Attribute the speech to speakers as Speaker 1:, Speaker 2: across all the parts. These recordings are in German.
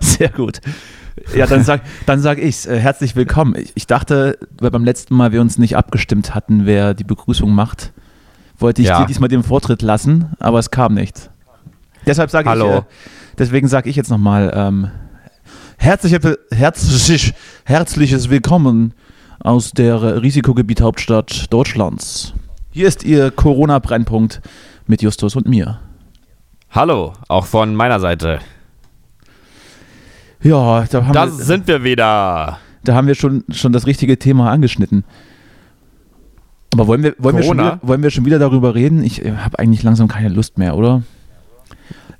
Speaker 1: Sehr gut. Ja, dann sag, dann sag ich's. Äh, herzlich willkommen. Ich, ich dachte, weil beim letzten Mal wir uns nicht abgestimmt hatten, wer die Begrüßung macht, wollte ich
Speaker 2: Ja.
Speaker 1: dir diesmal den Vortritt lassen, aber es kam nichts. Deshalb sage ich,
Speaker 2: Hallo.
Speaker 1: äh, deswegen sage ich jetzt nochmal ähm, herzlich, herzlich, herzliches Willkommen aus der äh, Risikogebiet-Hauptstadt Deutschlands. Hier ist Ihr Corona-Brennpunkt mit Justus und mir.
Speaker 2: Hallo, auch von meiner Seite.
Speaker 1: Ja, da haben
Speaker 2: Da
Speaker 1: wir,
Speaker 2: sind wir wieder.
Speaker 1: Da haben wir schon, schon das richtige Thema angeschnitten. Aber wollen wir, wollen wir, schon,
Speaker 2: Corona?
Speaker 1: wieder, wollen wir schon wieder darüber reden? Ich äh, habe eigentlich langsam keine Lust mehr, oder?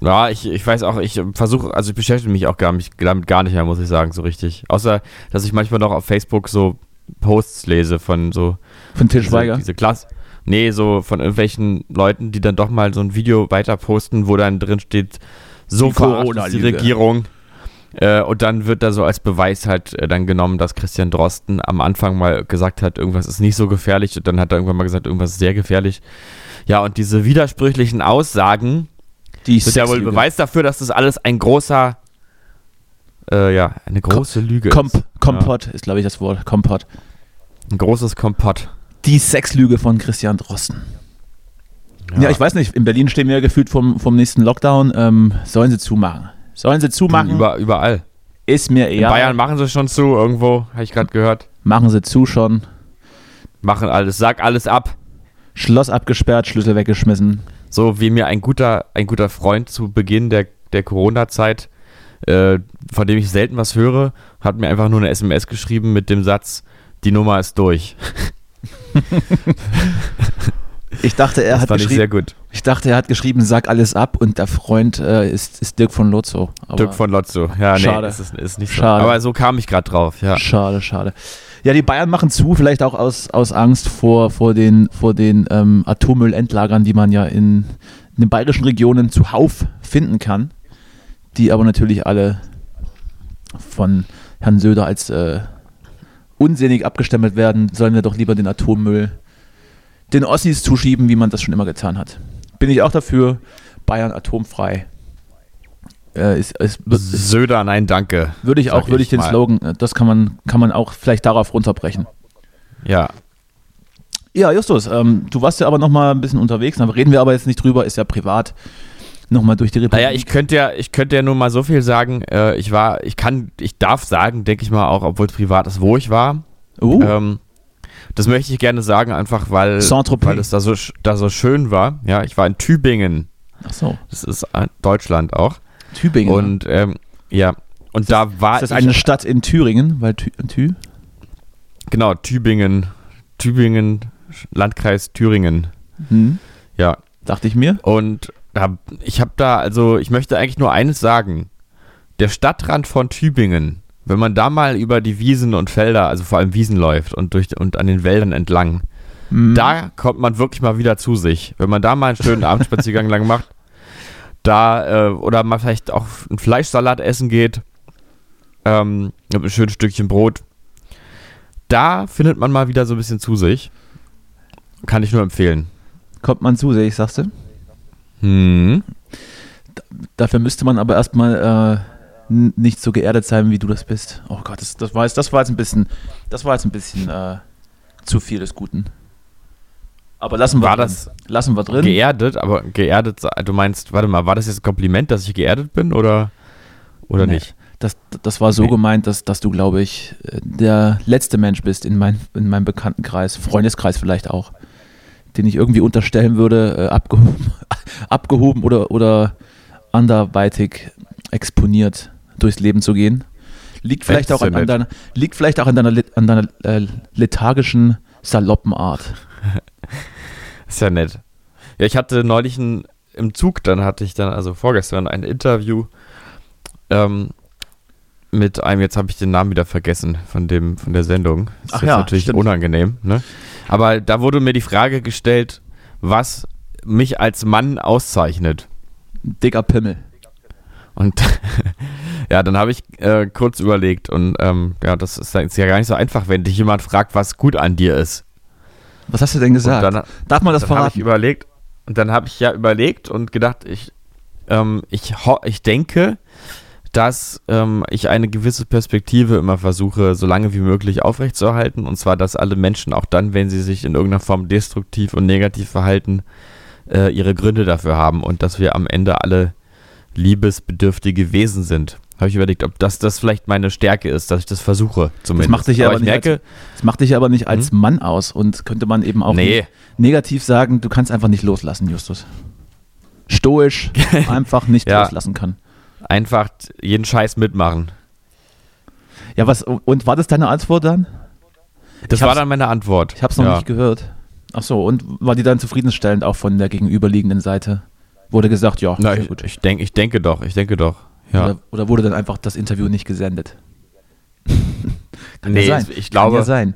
Speaker 2: Ja, ich, ich weiß auch, ich versuche, also ich beschäftige mich auch gar nicht, damit gar nicht mehr, muss ich sagen, so richtig. Außer, dass ich manchmal noch auf Facebook so Posts lese von so
Speaker 1: Von Til
Speaker 2: diese,
Speaker 1: Schweiger.
Speaker 2: Also diese Klasse. Nee, so von irgendwelchen Leuten, die dann doch mal so ein Video weiter posten, wo dann drin steht, so
Speaker 1: Die
Speaker 2: verachtet ist die
Speaker 1: Corona-Lüge.
Speaker 2: Regierung. Äh, und dann wird da so als Beweis halt äh, dann genommen, dass Christian Drosten am Anfang mal gesagt hat, irgendwas ist nicht so gefährlich. Und dann hat er irgendwann mal gesagt, irgendwas ist sehr gefährlich. Ja, und diese widersprüchlichen Aussagen
Speaker 1: Die
Speaker 2: sind ja wohl
Speaker 1: Sexlüge.
Speaker 2: Beweis dafür, dass das alles ein großer, äh, ja, eine große Lüge ist.
Speaker 1: Komp Kompott ist, glaube ich, das Wort. Kompott.
Speaker 2: Ein großes Kompott.
Speaker 1: Die Sexlüge von Christian Drosten. Ja. ich weiß nicht. In Berlin stehen wir ja gefühlt vom, vom nächsten Lockdown. Ähm, sollen sie zumachen? Sollen sie zumachen?
Speaker 2: Über, überall.
Speaker 1: ist mir
Speaker 2: In
Speaker 1: egal.
Speaker 2: Bayern machen sie schon zu, irgendwo, habe ich gerade gehört.
Speaker 1: Machen sie zu schon.
Speaker 2: Machen alles, sag alles ab.
Speaker 1: Schloss abgesperrt, Schlüssel weggeschmissen.
Speaker 2: So wie mir ein guter, ein guter Freund zu Beginn der, der Corona-Zeit, äh, von dem ich selten was höre, hat mir einfach nur eine SMS geschrieben mit dem Satz, die Nummer ist durch.
Speaker 1: Ich dachte, er
Speaker 2: Das
Speaker 1: hat
Speaker 2: fand ich
Speaker 1: geschrieben.
Speaker 2: sehr gut.
Speaker 1: Ich dachte, er hat geschrieben, sag alles ab und der Freund äh, ist, ist Dirk von Lotso. Aber
Speaker 2: Dirk von Lotzo. Ja, nee,
Speaker 1: Schade.
Speaker 2: Das ist, ist nicht
Speaker 1: Schade.
Speaker 2: so. Aber so kam ich gerade drauf, ja.
Speaker 1: Schade, schade. Ja, die Bayern machen zu, vielleicht auch aus, aus Angst vor, vor den, vor den ähm, Atommüllendlagern, die man ja in, in den bayerischen Regionen zuhauf finden kann, die aber natürlich alle von Herrn Söder als äh, unsinnig abgestempelt werden, sollen wir doch lieber den Atommüll den Ossis zuschieben, wie man das schon immer getan hat. Bin ich auch dafür, Bayern atomfrei. Äh, ist, ist, ist,
Speaker 2: Söder, nein, danke.
Speaker 1: würde ich
Speaker 2: Sag
Speaker 1: auch, würde ich den
Speaker 2: mal.
Speaker 1: Slogan, äh, das kann man, kann man auch vielleicht darauf runterbrechen.
Speaker 2: Ja.
Speaker 1: Ja, Justus, ähm, du warst ja aber nochmal ein bisschen unterwegs, da reden wir aber jetzt nicht drüber, ist ja privat. Nochmal durch die Republik.
Speaker 2: Naja, ich könnte ja, ich könnte ja nur mal so viel sagen. Äh, ich war, ich kann, ich darf sagen, denke ich mal auch, obwohl es privat ist, wo ich war.
Speaker 1: oh,
Speaker 2: Ähm, das möchte ich gerne sagen, einfach weil,
Speaker 1: Saint-Tropez.
Speaker 2: weil es da so, sch- da so schön war. Ja, ich war in Tübingen.
Speaker 1: ach so,
Speaker 2: Das ist äh, Deutschland auch.
Speaker 1: Tübingen. Ah,
Speaker 2: Und ähm, ja, und da war
Speaker 1: ist das
Speaker 2: ich-
Speaker 1: eine Stadt in Thüringen, weil Thü, Thü
Speaker 2: genau Tübingen, Tübingen, Landkreis Thüringen.
Speaker 1: hm,
Speaker 2: Ja,
Speaker 1: dachte ich mir.
Speaker 2: und da, ich habe da, also ich möchte eigentlich nur eines sagen. Der Stadtrand von Tübingen, wenn man da mal über die Wiesen und Felder, also vor allem Wiesen läuft und durch und an den Wäldern entlang,
Speaker 1: Hm,
Speaker 2: Da kommt man wirklich mal wieder zu sich. Wenn man da mal einen schönen Abendspaziergang lang macht, da äh, oder mal vielleicht auch einen Fleischsalat essen geht, ähm, mit einem schönen Stückchen Brot. Da findet man mal wieder so ein bisschen zu sich. Kann ich nur empfehlen.
Speaker 1: kommt man zu, sehe ich, sagst du.
Speaker 2: Hm.
Speaker 1: Dafür müsste man aber erstmal äh, n- nicht so geerdet sein, wie du das bist. Oh Gott, das, das, war, jetzt, das war jetzt ein bisschen, das war jetzt ein bisschen äh, zu viel des Guten. Aber lassen wir
Speaker 2: War
Speaker 1: drin.
Speaker 2: das
Speaker 1: lassen wir drin.
Speaker 2: Geerdet, aber geerdet, du meinst, warte mal, war das jetzt ein Kompliment, dass ich geerdet bin oder, oder
Speaker 1: Nee.
Speaker 2: nicht?
Speaker 1: Das, das war so
Speaker 2: Nee.
Speaker 1: gemeint, dass, dass du, glaube ich, äh, der letzte Mensch bist in, mein, in meinem Bekanntenkreis, Freundeskreis vielleicht auch, den ich irgendwie unterstellen würde, äh, abgehoben, abgehoben oder, oder anderweitig exponiert durchs Leben zu gehen. Liegt vielleicht auch an, an
Speaker 2: Exzellent.
Speaker 1: deiner, liegt vielleicht auch an deiner, lit- an deiner äh, lethargischen, saloppen Art.
Speaker 2: Ist ja nett. Ja, ich hatte neulich ein, im Zug, dann hatte ich dann, also vorgestern, ein Interview ähm, mit einem, jetzt habe ich den Namen wieder vergessen, von, dem, von der Sendung. Ist
Speaker 1: Ach
Speaker 2: jetzt
Speaker 1: ja,
Speaker 2: natürlich
Speaker 1: stimmt.
Speaker 2: unangenehm. Ne? Aber da wurde mir die Frage gestellt, was mich als Mann auszeichnet.
Speaker 1: Dicker Pimmel.
Speaker 2: Und ja, dann habe ich äh, kurz überlegt und ähm, ja, das ist, ist ja gar nicht so einfach, wenn dich jemand fragt, was gut an dir ist.
Speaker 1: Was hast du denn gesagt?
Speaker 2: dann-
Speaker 1: Darf man das
Speaker 2: dann habe ich
Speaker 1: verraten?
Speaker 2: überlegt und dann habe ich ja überlegt und gedacht, ich, ähm, ich, ho- ich denke, dass ähm, ich eine gewisse Perspektive immer versuche, so lange wie möglich aufrechtzuerhalten. Und zwar, dass alle Menschen auch dann, wenn sie sich in irgendeiner Form destruktiv und negativ verhalten, äh, ihre Gründe dafür haben und dass wir am Ende alle liebesbedürftige Wesen sind. Habe ich überlegt, ob das, das vielleicht meine Stärke ist, dass ich das versuche zumindest.
Speaker 1: macht dich ja aber
Speaker 2: ich
Speaker 1: nicht
Speaker 2: merke, Hm?
Speaker 1: Das macht dich aber nicht als Mann aus und könnte man eben auch
Speaker 2: Nee.
Speaker 1: nicht negativ sagen, du kannst einfach nicht loslassen, Justus. Stoisch, einfach nicht
Speaker 2: Ja.
Speaker 1: loslassen kann.
Speaker 2: einfach jeden Scheiß mitmachen.
Speaker 1: Ja, was, und war das deine Antwort dann?
Speaker 2: Das
Speaker 1: Ich
Speaker 2: war
Speaker 1: hab's-
Speaker 2: dann meine Antwort.
Speaker 1: Ich habe es noch
Speaker 2: ja.
Speaker 1: nicht gehört. Ach so, und war die dann zufriedenstellend auch von der gegenüberliegenden Seite? Wurde gesagt, ja,
Speaker 2: Na,
Speaker 1: sehr
Speaker 2: ich, ich, denk, ich denke doch, ich denke doch. Ja.
Speaker 1: Oder, oder wurde dann einfach das Interview nicht gesendet? Kann
Speaker 2: Nee,
Speaker 1: ja sein.
Speaker 2: es- ich glaube-
Speaker 1: Kann ja sein.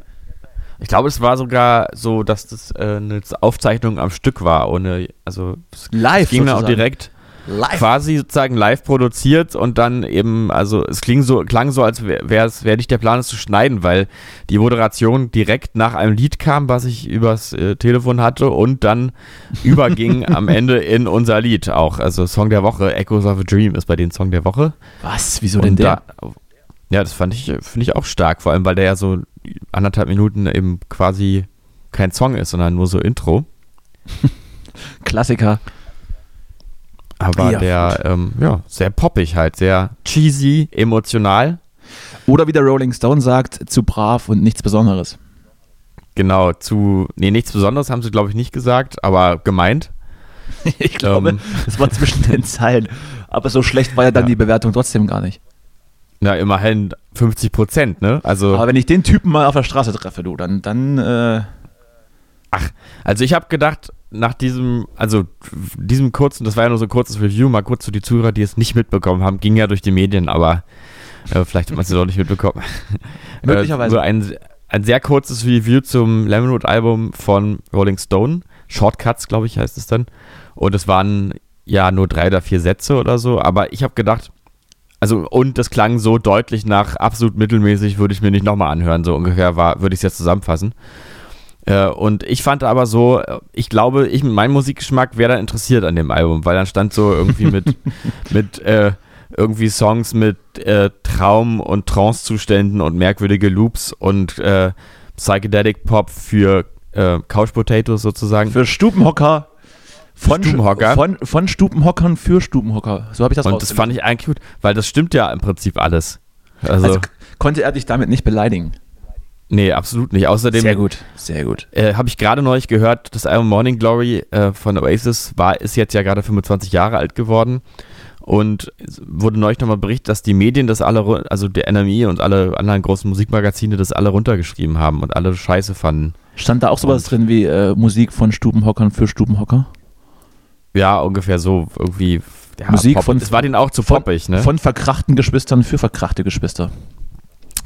Speaker 2: Ich glaube, es war sogar so, dass das äh, eine Aufzeichnung am Stück war, ohne, also es
Speaker 1: Live
Speaker 2: es ging dann auch
Speaker 1: sozusagen.
Speaker 2: direkt
Speaker 1: Live.
Speaker 2: quasi sozusagen live produziert und dann eben, also es kling so, klang so, als wäre wär nicht der Plan, es zu schneiden, weil die Moderation direkt nach einem Lied kam, was ich übers äh, Telefon hatte und dann überging am Ende in unser Lied auch. Also Song der Woche, Echoes of a Dream ist bei den Song der Woche.
Speaker 1: Was? Wieso denn
Speaker 2: Und
Speaker 1: der?
Speaker 2: Da, ja, das fand ich, finde ich auch stark, vor allem, weil der ja so anderthalb Minuten eben quasi kein Song ist, sondern nur so Intro.
Speaker 1: Klassiker.
Speaker 2: Aber
Speaker 1: Ja,
Speaker 2: der, ähm, ja, sehr poppig halt, sehr cheesy, emotional.
Speaker 1: Oder wie der Rolling Stone sagt, zu brav und nichts Besonderes.
Speaker 2: Genau, zu, nee, nichts Besonderes haben sie, glaube ich, nicht gesagt, aber gemeint.
Speaker 1: ich glaube,
Speaker 2: Ähm.
Speaker 1: das war zwischen den Zeilen. Aber so schlecht war ja dann
Speaker 2: Ja.
Speaker 1: die Bewertung trotzdem gar nicht.
Speaker 2: Na, immerhin 50 Prozent, ne? Also,
Speaker 1: Aber wenn ich den Typen mal auf der Straße treffe, du, dann, dann äh,
Speaker 2: Also ich habe gedacht, nach diesem, also diesem kurzen, das war ja nur so ein kurzes Review, mal kurz zu die Zuhörer, die es nicht mitbekommen haben, ging ja durch die Medien, aber äh, vielleicht hat man es ja doch nicht mitbekommen.
Speaker 1: Möglicherweise.
Speaker 2: Äh, so ein, ein sehr kurzes Review zum Lemonade-Album von Rolling Stone, Shortcuts, glaube ich, heißt es dann. Und es waren ja nur drei oder vier Sätze oder so, aber ich habe gedacht, also und das klang so deutlich nach absolut mittelmäßig, würde ich mir nicht nochmal anhören, so ungefähr war, würde ich es jetzt zusammenfassen. Äh, und ich fand aber so, äh, ich glaube, ich, mein Musikgeschmack wäre dann interessiert an dem Album, weil dann stand so irgendwie mit, mit äh, irgendwie Songs mit äh, Traum- und Trance-Zuständen und merkwürdige Loops und äh, Psychedelic Pop für äh, Couch Potatoes sozusagen.
Speaker 1: für Stubenhocker. Von,
Speaker 2: Stubenhocker.
Speaker 1: Von, von Stubenhockern für Stubenhocker. So habe ich das
Speaker 2: und das
Speaker 1: rausgelesen.
Speaker 2: fand ich eigentlich gut, weil das stimmt ja im Prinzip alles. Also,
Speaker 1: Also k- konnte er dich damit nicht beleidigen.
Speaker 2: nee, absolut nicht. Außerdem
Speaker 1: gut, sehr gut.
Speaker 2: äh, habe ich gerade neulich gehört, das Album Morning Glory äh, von Oasis war, ist jetzt ja gerade 25 Jahre alt geworden und es wurde neulich nochmal berichtet, dass die Medien das alle, ru- also der NME und alle anderen großen Musikmagazine das alle runtergeschrieben haben und alle scheiße fanden.
Speaker 1: Stand da auch sowas drin wie äh, Musik von Stubenhockern für Stubenhocker?
Speaker 2: Ja, ungefähr so irgendwie. Ja,
Speaker 1: Musik von-
Speaker 2: Es war denen auch zu poppig, ne?
Speaker 1: Von verkrachten Geschwistern für verkrachte Geschwister.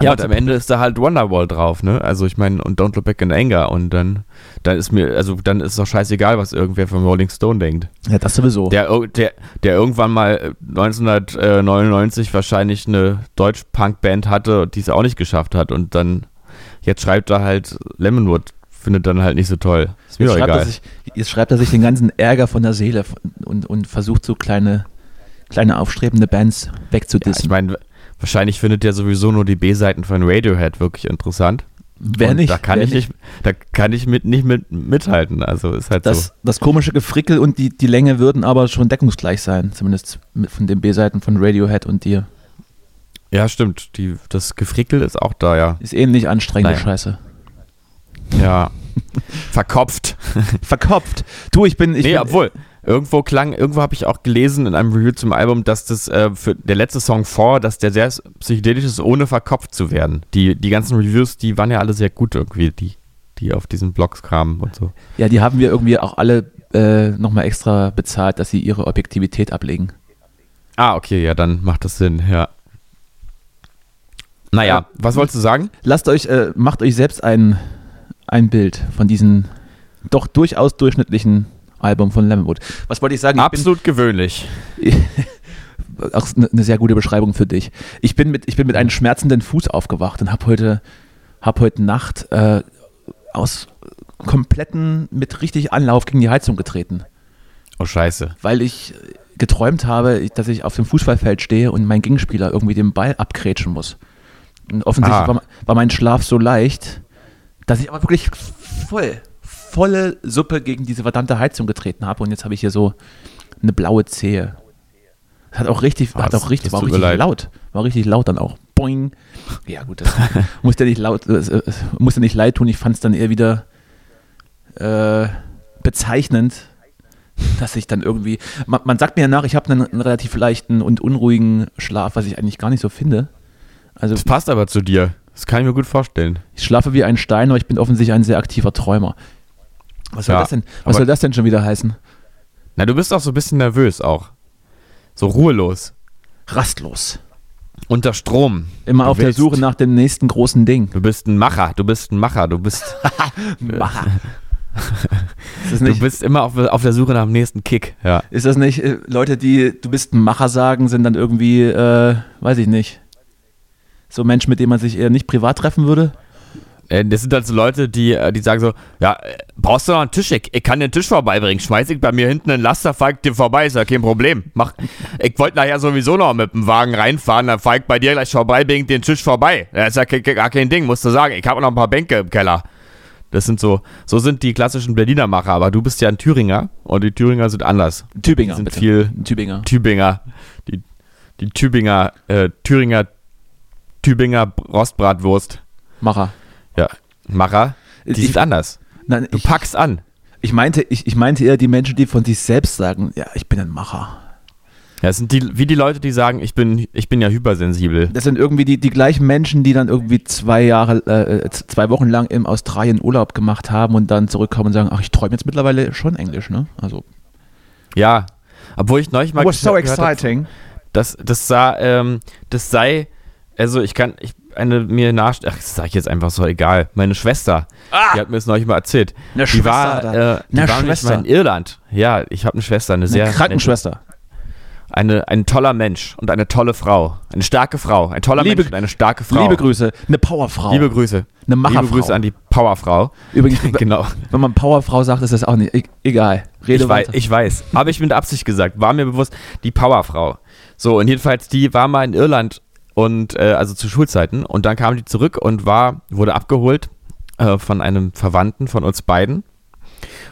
Speaker 2: ja, und am Ende ist da halt Wonderwall drauf, ne? Also ich meine, und Don't Look Back in Anger und dann, dann ist mir, also dann ist doch scheißegal, was irgendwer von Rolling Stone denkt.
Speaker 1: Ja, das sowieso.
Speaker 2: Der, ir- der, der irgendwann mal äh, 1999 wahrscheinlich eine Deutsch-Punk-Band hatte, die es auch nicht geschafft hat. Und dann, jetzt schreibt er halt Lemonwood, findet dann halt nicht so toll. Ist mir
Speaker 1: jetzt,
Speaker 2: doch
Speaker 1: schreibt er
Speaker 2: egal.
Speaker 1: sich, jetzt schreibt er sich den ganzen Ärger von der Seele und, und, und versucht so kleine, kleine aufstrebende Bands
Speaker 2: Ja, ich
Speaker 1: wegzudissen.
Speaker 2: meine, wahrscheinlich findet der sowieso nur die B-Seiten von Radiohead wirklich interessant.
Speaker 1: wer
Speaker 2: Und
Speaker 1: nicht?
Speaker 2: Da kann
Speaker 1: wer
Speaker 2: ich nicht, da kann ich mit, nicht mit, mithalten. Also ist halt
Speaker 1: Das,
Speaker 2: so.
Speaker 1: das komische Gefrickel und die, die Länge würden aber schon deckungsgleich sein, zumindest mit, von den B-Seiten von Radiohead und dir.
Speaker 2: Ja, stimmt. Die, das Gefrickel ist auch da, ja.
Speaker 1: Ist ähnlich anstrengende
Speaker 2: Naja.
Speaker 1: Scheiße.
Speaker 2: Ja. Verkopft.
Speaker 1: Verkopft. Du, ich bin. Ich
Speaker 2: nee,
Speaker 1: bin,
Speaker 2: obwohl. Irgendwo klang, irgendwo habe ich auch gelesen in einem Review zum Album, dass das äh, für der letzte Song vor, dass der sehr psychedelisch ist, ohne verkopft zu werden. Die, die ganzen Reviews, die waren ja alle sehr gut irgendwie, die, die auf diesen Blogs kamen und so.
Speaker 1: Ja, die haben wir irgendwie auch alle äh, nochmal extra bezahlt, dass sie ihre Objektivität ablegen.
Speaker 2: Ah, okay, ja, dann macht das Sinn, ja. Naja, was wolltest du sagen?
Speaker 1: Lasst euch, äh, macht euch selbst ein, ein Bild von diesem doch durchaus durchschnittlichen Album von Lemonwood. Was wollte ich sagen? Ich
Speaker 2: Absolut gewöhnlich.
Speaker 1: Bin, auch ne, eine eine sehr gute Beschreibung für dich. Ich bin mit, ich bin mit einem schmerzenden Fuß aufgewacht und habe heute, hab heute Nacht äh, aus kompletten, mit richtig Anlauf gegen die Heizung getreten,
Speaker 2: Oh, scheiße.
Speaker 1: weil ich geträumt habe, dass ich auf dem Fußballfeld stehe und mein Gegenspieler irgendwie den Ball abgrätschen muss. Und offensichtlich
Speaker 2: Ah.
Speaker 1: war, war mein Schlaf so leicht, dass ich aber wirklich voll, volle Suppe gegen diese verdammte Heizung getreten habe und jetzt habe ich hier so eine blaue Zehe. Das hat auch richtig,
Speaker 2: Ah,
Speaker 1: hat
Speaker 2: das-
Speaker 1: auch richtig,
Speaker 2: das
Speaker 1: war auch
Speaker 2: tut mir
Speaker 1: richtig
Speaker 2: leid.
Speaker 1: laut. War richtig laut dann auch. Boing. Ja, gut, das musste nicht laut, äh, äh, musste nicht leid tun. Ich fand es dann eher wieder äh, bezeichnend, dass ich dann irgendwie. Man, man sagt mir nach, ich habe einen, einen relativ leichten und unruhigen Schlaf, was ich eigentlich gar nicht so finde. Also
Speaker 2: Das passt aber zu dir. Das kann ich mir gut vorstellen.
Speaker 1: ich schlafe wie ein Stein, aber ich bin offensichtlich ein sehr aktiver Träumer. Was soll,
Speaker 2: Ja,
Speaker 1: das, denn, was
Speaker 2: aber-
Speaker 1: soll das denn schon wieder heißen?
Speaker 2: Na, du bist auch so ein bisschen nervös auch. So ruhelos.
Speaker 1: Rastlos.
Speaker 2: Unter Strom.
Speaker 1: Immer
Speaker 2: Du
Speaker 1: auf der
Speaker 2: willst.
Speaker 1: Suche nach dem nächsten großen Ding.
Speaker 2: Du bist ein Macher, du bist ein Macher, du bist,
Speaker 1: Macher. ist, das
Speaker 2: du
Speaker 1: nicht,
Speaker 2: bist immer auf, auf der Suche nach dem nächsten Kick. Ja.
Speaker 1: ist das nicht, äh, Leute, die du bist ein Macher sagen, sind dann irgendwie, äh, weiß ich nicht, so ein Mensch, mit dem man sich eher nicht privat treffen würde?
Speaker 2: Äh, Das sind halt so Leute, die, äh, die sagen so, ja, äh, brauchst du noch einen Tisch? Ich, ich kann den Tisch vorbeibringen. Schmeiß ich bei mir hinten einen Laster, fahr ich dir vorbei, ist ja kein Problem. Mach, ich wollte nachher sowieso noch mit dem Wagen reinfahren, dann fahr ich bei dir gleich vorbei, bring ich den Tisch vorbei. Das ist ja ke- ke- gar kein Ding, musst du sagen. Ich habe noch ein paar Bänke im Keller. Das sind so, so sind die klassischen Berliner Macher, aber du bist ja ein Thüringer und die Thüringer sind anders.
Speaker 1: Tübinger,
Speaker 2: Die sind
Speaker 1: bitte.
Speaker 2: viel-
Speaker 1: Tübinger.
Speaker 2: Tübinger, die, die Tübinger, äh, Thüringer, Tübinger Rostbratwurst,
Speaker 1: Macher.
Speaker 2: ja, Macher, die
Speaker 1: Ich-
Speaker 2: sind anders.
Speaker 1: Nein,
Speaker 2: Du
Speaker 1: ich,
Speaker 2: packst an.
Speaker 1: ich, meinte, ich, ich meinte eher die Menschen, die von sich selbst sagen, ja, ich bin ein Macher.
Speaker 2: Ja, es sind die, wie die Leute, die sagen, ich bin, ich bin ja hypersensibel.
Speaker 1: Das sind irgendwie die, die gleichen Menschen, die dann irgendwie zwei Jahre, äh, z- zwei Wochen lang im Australien Urlaub gemacht haben und dann zurückkommen und sagen, ach, ich träume jetzt mittlerweile schon Englisch, ne? Also,
Speaker 2: Ja. Obwohl ich neulich mal gehört hab, Das, das sah, ähm, das sei, also ich kann, ich, eine mir nach, ach, das sage ich jetzt einfach so, egal. Meine Schwester, die hat mir das neulich mal erzählt.
Speaker 1: Ah! Eine
Speaker 2: die
Speaker 1: Schwester,
Speaker 2: war,
Speaker 1: Alter.
Speaker 2: äh, die
Speaker 1: Eine
Speaker 2: war nämlich mal
Speaker 1: Schwester.
Speaker 2: in Irland. Ja, ich habe eine Schwester, eine sehr
Speaker 1: Eine Krankenschwester.
Speaker 2: Eine, ein toller Mensch und eine tolle Frau. Eine starke Frau. Ein toller
Speaker 1: Liebe-
Speaker 2: Mensch und eine starke Frau.
Speaker 1: Liebe Grüße. Eine Powerfrau.
Speaker 2: Liebe Grüße.
Speaker 1: Eine Macherfrau.
Speaker 2: Liebe Grüße an die Powerfrau.
Speaker 1: Übrigens,
Speaker 2: genau.
Speaker 1: wenn man Powerfrau sagt, ist das auch nicht. E egal. Rede
Speaker 2: Ich weiß,
Speaker 1: weiter.
Speaker 2: ich weiß. Habe ich mit Absicht gesagt. War mir bewusst, die Powerfrau. So, und jedenfalls, die war mal in Irland und äh, also zu Schulzeiten. Und dann kam die zurück und war, wurde abgeholt äh, von einem Verwandten von uns beiden.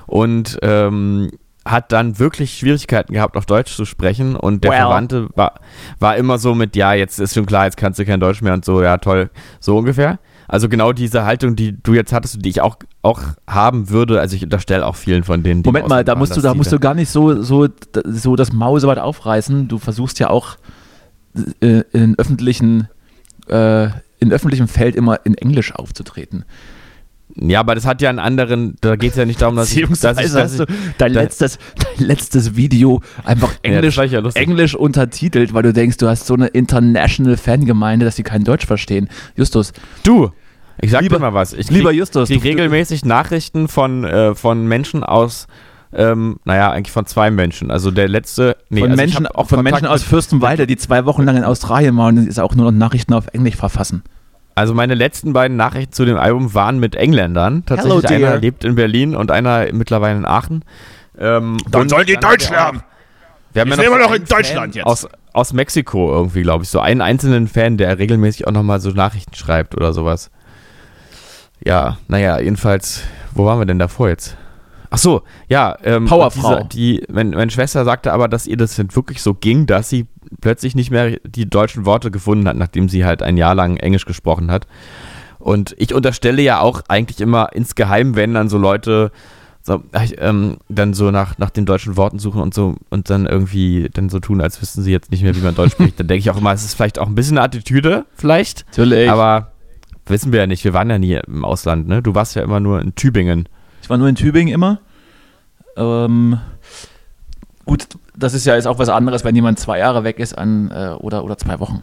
Speaker 2: Und ähm, hat dann wirklich Schwierigkeiten gehabt, auf Deutsch zu sprechen. Und der
Speaker 1: Well.
Speaker 2: Verwandte war, war immer so mit, ja, jetzt ist schon klar, jetzt kannst du kein Deutsch mehr und so, ja, toll. So ungefähr. Also genau diese Haltung, die du jetzt hattest und die ich auch, auch haben würde. Also ich unterstelle auch vielen von denen, die
Speaker 1: Moment
Speaker 2: im
Speaker 1: mal,
Speaker 2: Ausland
Speaker 1: da
Speaker 2: waren,
Speaker 1: musst du,
Speaker 2: dass
Speaker 1: da
Speaker 2: die
Speaker 1: musst du gar nicht so, so, so das Maul so weit aufreißen. Du versuchst ja auch äh, in öffentlichen, äh, in öffentlichem Feld immer in Englisch aufzutreten.
Speaker 2: Ja, aber das hat ja einen anderen, da geht es ja nicht darum, dass ich, dass ich, dass
Speaker 1: hast
Speaker 2: ich
Speaker 1: du dein,
Speaker 2: da-
Speaker 1: letztes, dein letztes Video einfach Englisch,
Speaker 2: das war ja lustig.
Speaker 1: Englisch untertitelt, weil du denkst, du hast so eine international Fangemeinde, dass die kein Deutsch verstehen. Justus,
Speaker 2: du. Ich sag
Speaker 1: Lieber-
Speaker 2: dir mal was. Ich
Speaker 1: lieber Justus,
Speaker 2: krieg
Speaker 1: du-
Speaker 2: regelmäßig Nachrichten von, äh, von Menschen aus, ähm, naja, eigentlich von zwei Menschen. Also der letzte, nee,
Speaker 1: von
Speaker 2: also ich
Speaker 1: Menschen,
Speaker 2: hab auch
Speaker 1: von
Speaker 2: Kontakt
Speaker 1: Menschen aus
Speaker 2: mit-
Speaker 1: Fürstenwalde, die zwei Wochen lang in Australien waren und jetzt auch nur noch Nachrichten auf Englisch verfassen.
Speaker 2: Also meine letzten beiden Nachrichten zu dem Album waren mit Engländern.
Speaker 1: Hello,
Speaker 2: Tatsächlich
Speaker 1: dear.
Speaker 2: einer lebt in Berlin und einer mittlerweile in Aachen. Ähm, und
Speaker 3: sollen die
Speaker 2: haben
Speaker 3: Deutsch
Speaker 2: wir auch-
Speaker 3: lernen.
Speaker 2: Wir haben
Speaker 3: Ich
Speaker 2: ja noch
Speaker 3: lebe
Speaker 2: so
Speaker 3: doch
Speaker 2: einen
Speaker 3: in Deutschland
Speaker 2: Fan
Speaker 3: jetzt.
Speaker 2: Aus, aus Mexiko irgendwie, glaube ich. So einen einzelnen Fan, der regelmäßig auch nochmal so Nachrichten schreibt oder sowas. Ja, naja, jedenfalls, wo waren wir denn davor jetzt? Ach so, ja. Ähm,
Speaker 1: Powerfrau.
Speaker 2: diese- die, mein, meine Schwester sagte aber, dass ihr das denn wirklich so ging, dass sie plötzlich nicht mehr die deutschen Worte gefunden hat, nachdem sie halt ein Jahr lang Englisch gesprochen hat. Und ich unterstelle ja auch eigentlich immer insgeheim, wenn dann so Leute So, ich, ähm, dann so nach, nach den deutschen Worten suchen und so und dann irgendwie dann so tun, als wüssten sie jetzt nicht mehr, wie man Deutsch spricht. Dann denke ich auch immer, es ist vielleicht auch ein bisschen eine Attitüde, vielleicht.
Speaker 1: Natürlich.
Speaker 2: Aber wissen wir ja nicht, wir waren ja nie im Ausland, ne? Du warst ja immer nur in Tübingen.
Speaker 1: Ich war nur in Tübingen immer. Ähm, gut, das ist ja jetzt auch was anderes, wenn jemand zwei Jahre weg ist an, äh, oder, oder zwei Wochen.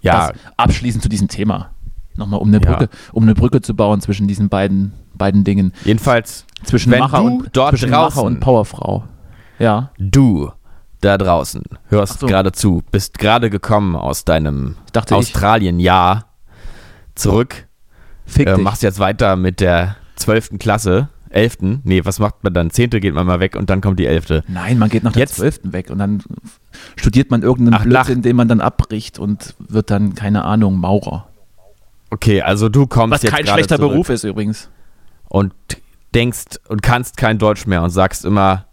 Speaker 2: Ja,
Speaker 1: Das, abschließend zu diesem Thema. Nochmal, um eine,
Speaker 2: Ja.
Speaker 1: Brücke, um eine Brücke zu bauen zwischen diesen beiden, beiden Dingen.
Speaker 2: jedenfalls
Speaker 1: Zwischen
Speaker 2: Wenn
Speaker 1: Macher
Speaker 2: du
Speaker 1: und,
Speaker 2: dort
Speaker 1: zwischen Macher
Speaker 2: draußen-
Speaker 1: und Powerfrau. Ja,
Speaker 2: du da draußen hörst
Speaker 1: Ach so.
Speaker 2: gerade zu, bist gerade gekommen aus deinem
Speaker 1: ich dachte, ich
Speaker 2: Australien-Jahr zurück.
Speaker 1: fick
Speaker 2: äh,
Speaker 1: dich.
Speaker 2: machst jetzt weiter mit der 12. Klasse. 11. Nee, was macht man dann? 10. geht man mal weg und dann kommt die 11.
Speaker 1: Nein, man geht nach der
Speaker 2: Jetzt-
Speaker 1: 12. weg und dann studiert man irgendeinen
Speaker 2: Ach, nach-
Speaker 1: Blödsinn, den man dann abbricht und wird dann, keine Ahnung, Maurer.
Speaker 2: Okay, also du kommst
Speaker 1: Was
Speaker 2: jetzt
Speaker 1: kein
Speaker 2: gerade
Speaker 1: schlechter
Speaker 2: zurück
Speaker 1: Beruf ist übrigens.
Speaker 2: und denkst und kannst kein Deutsch mehr und sagst immer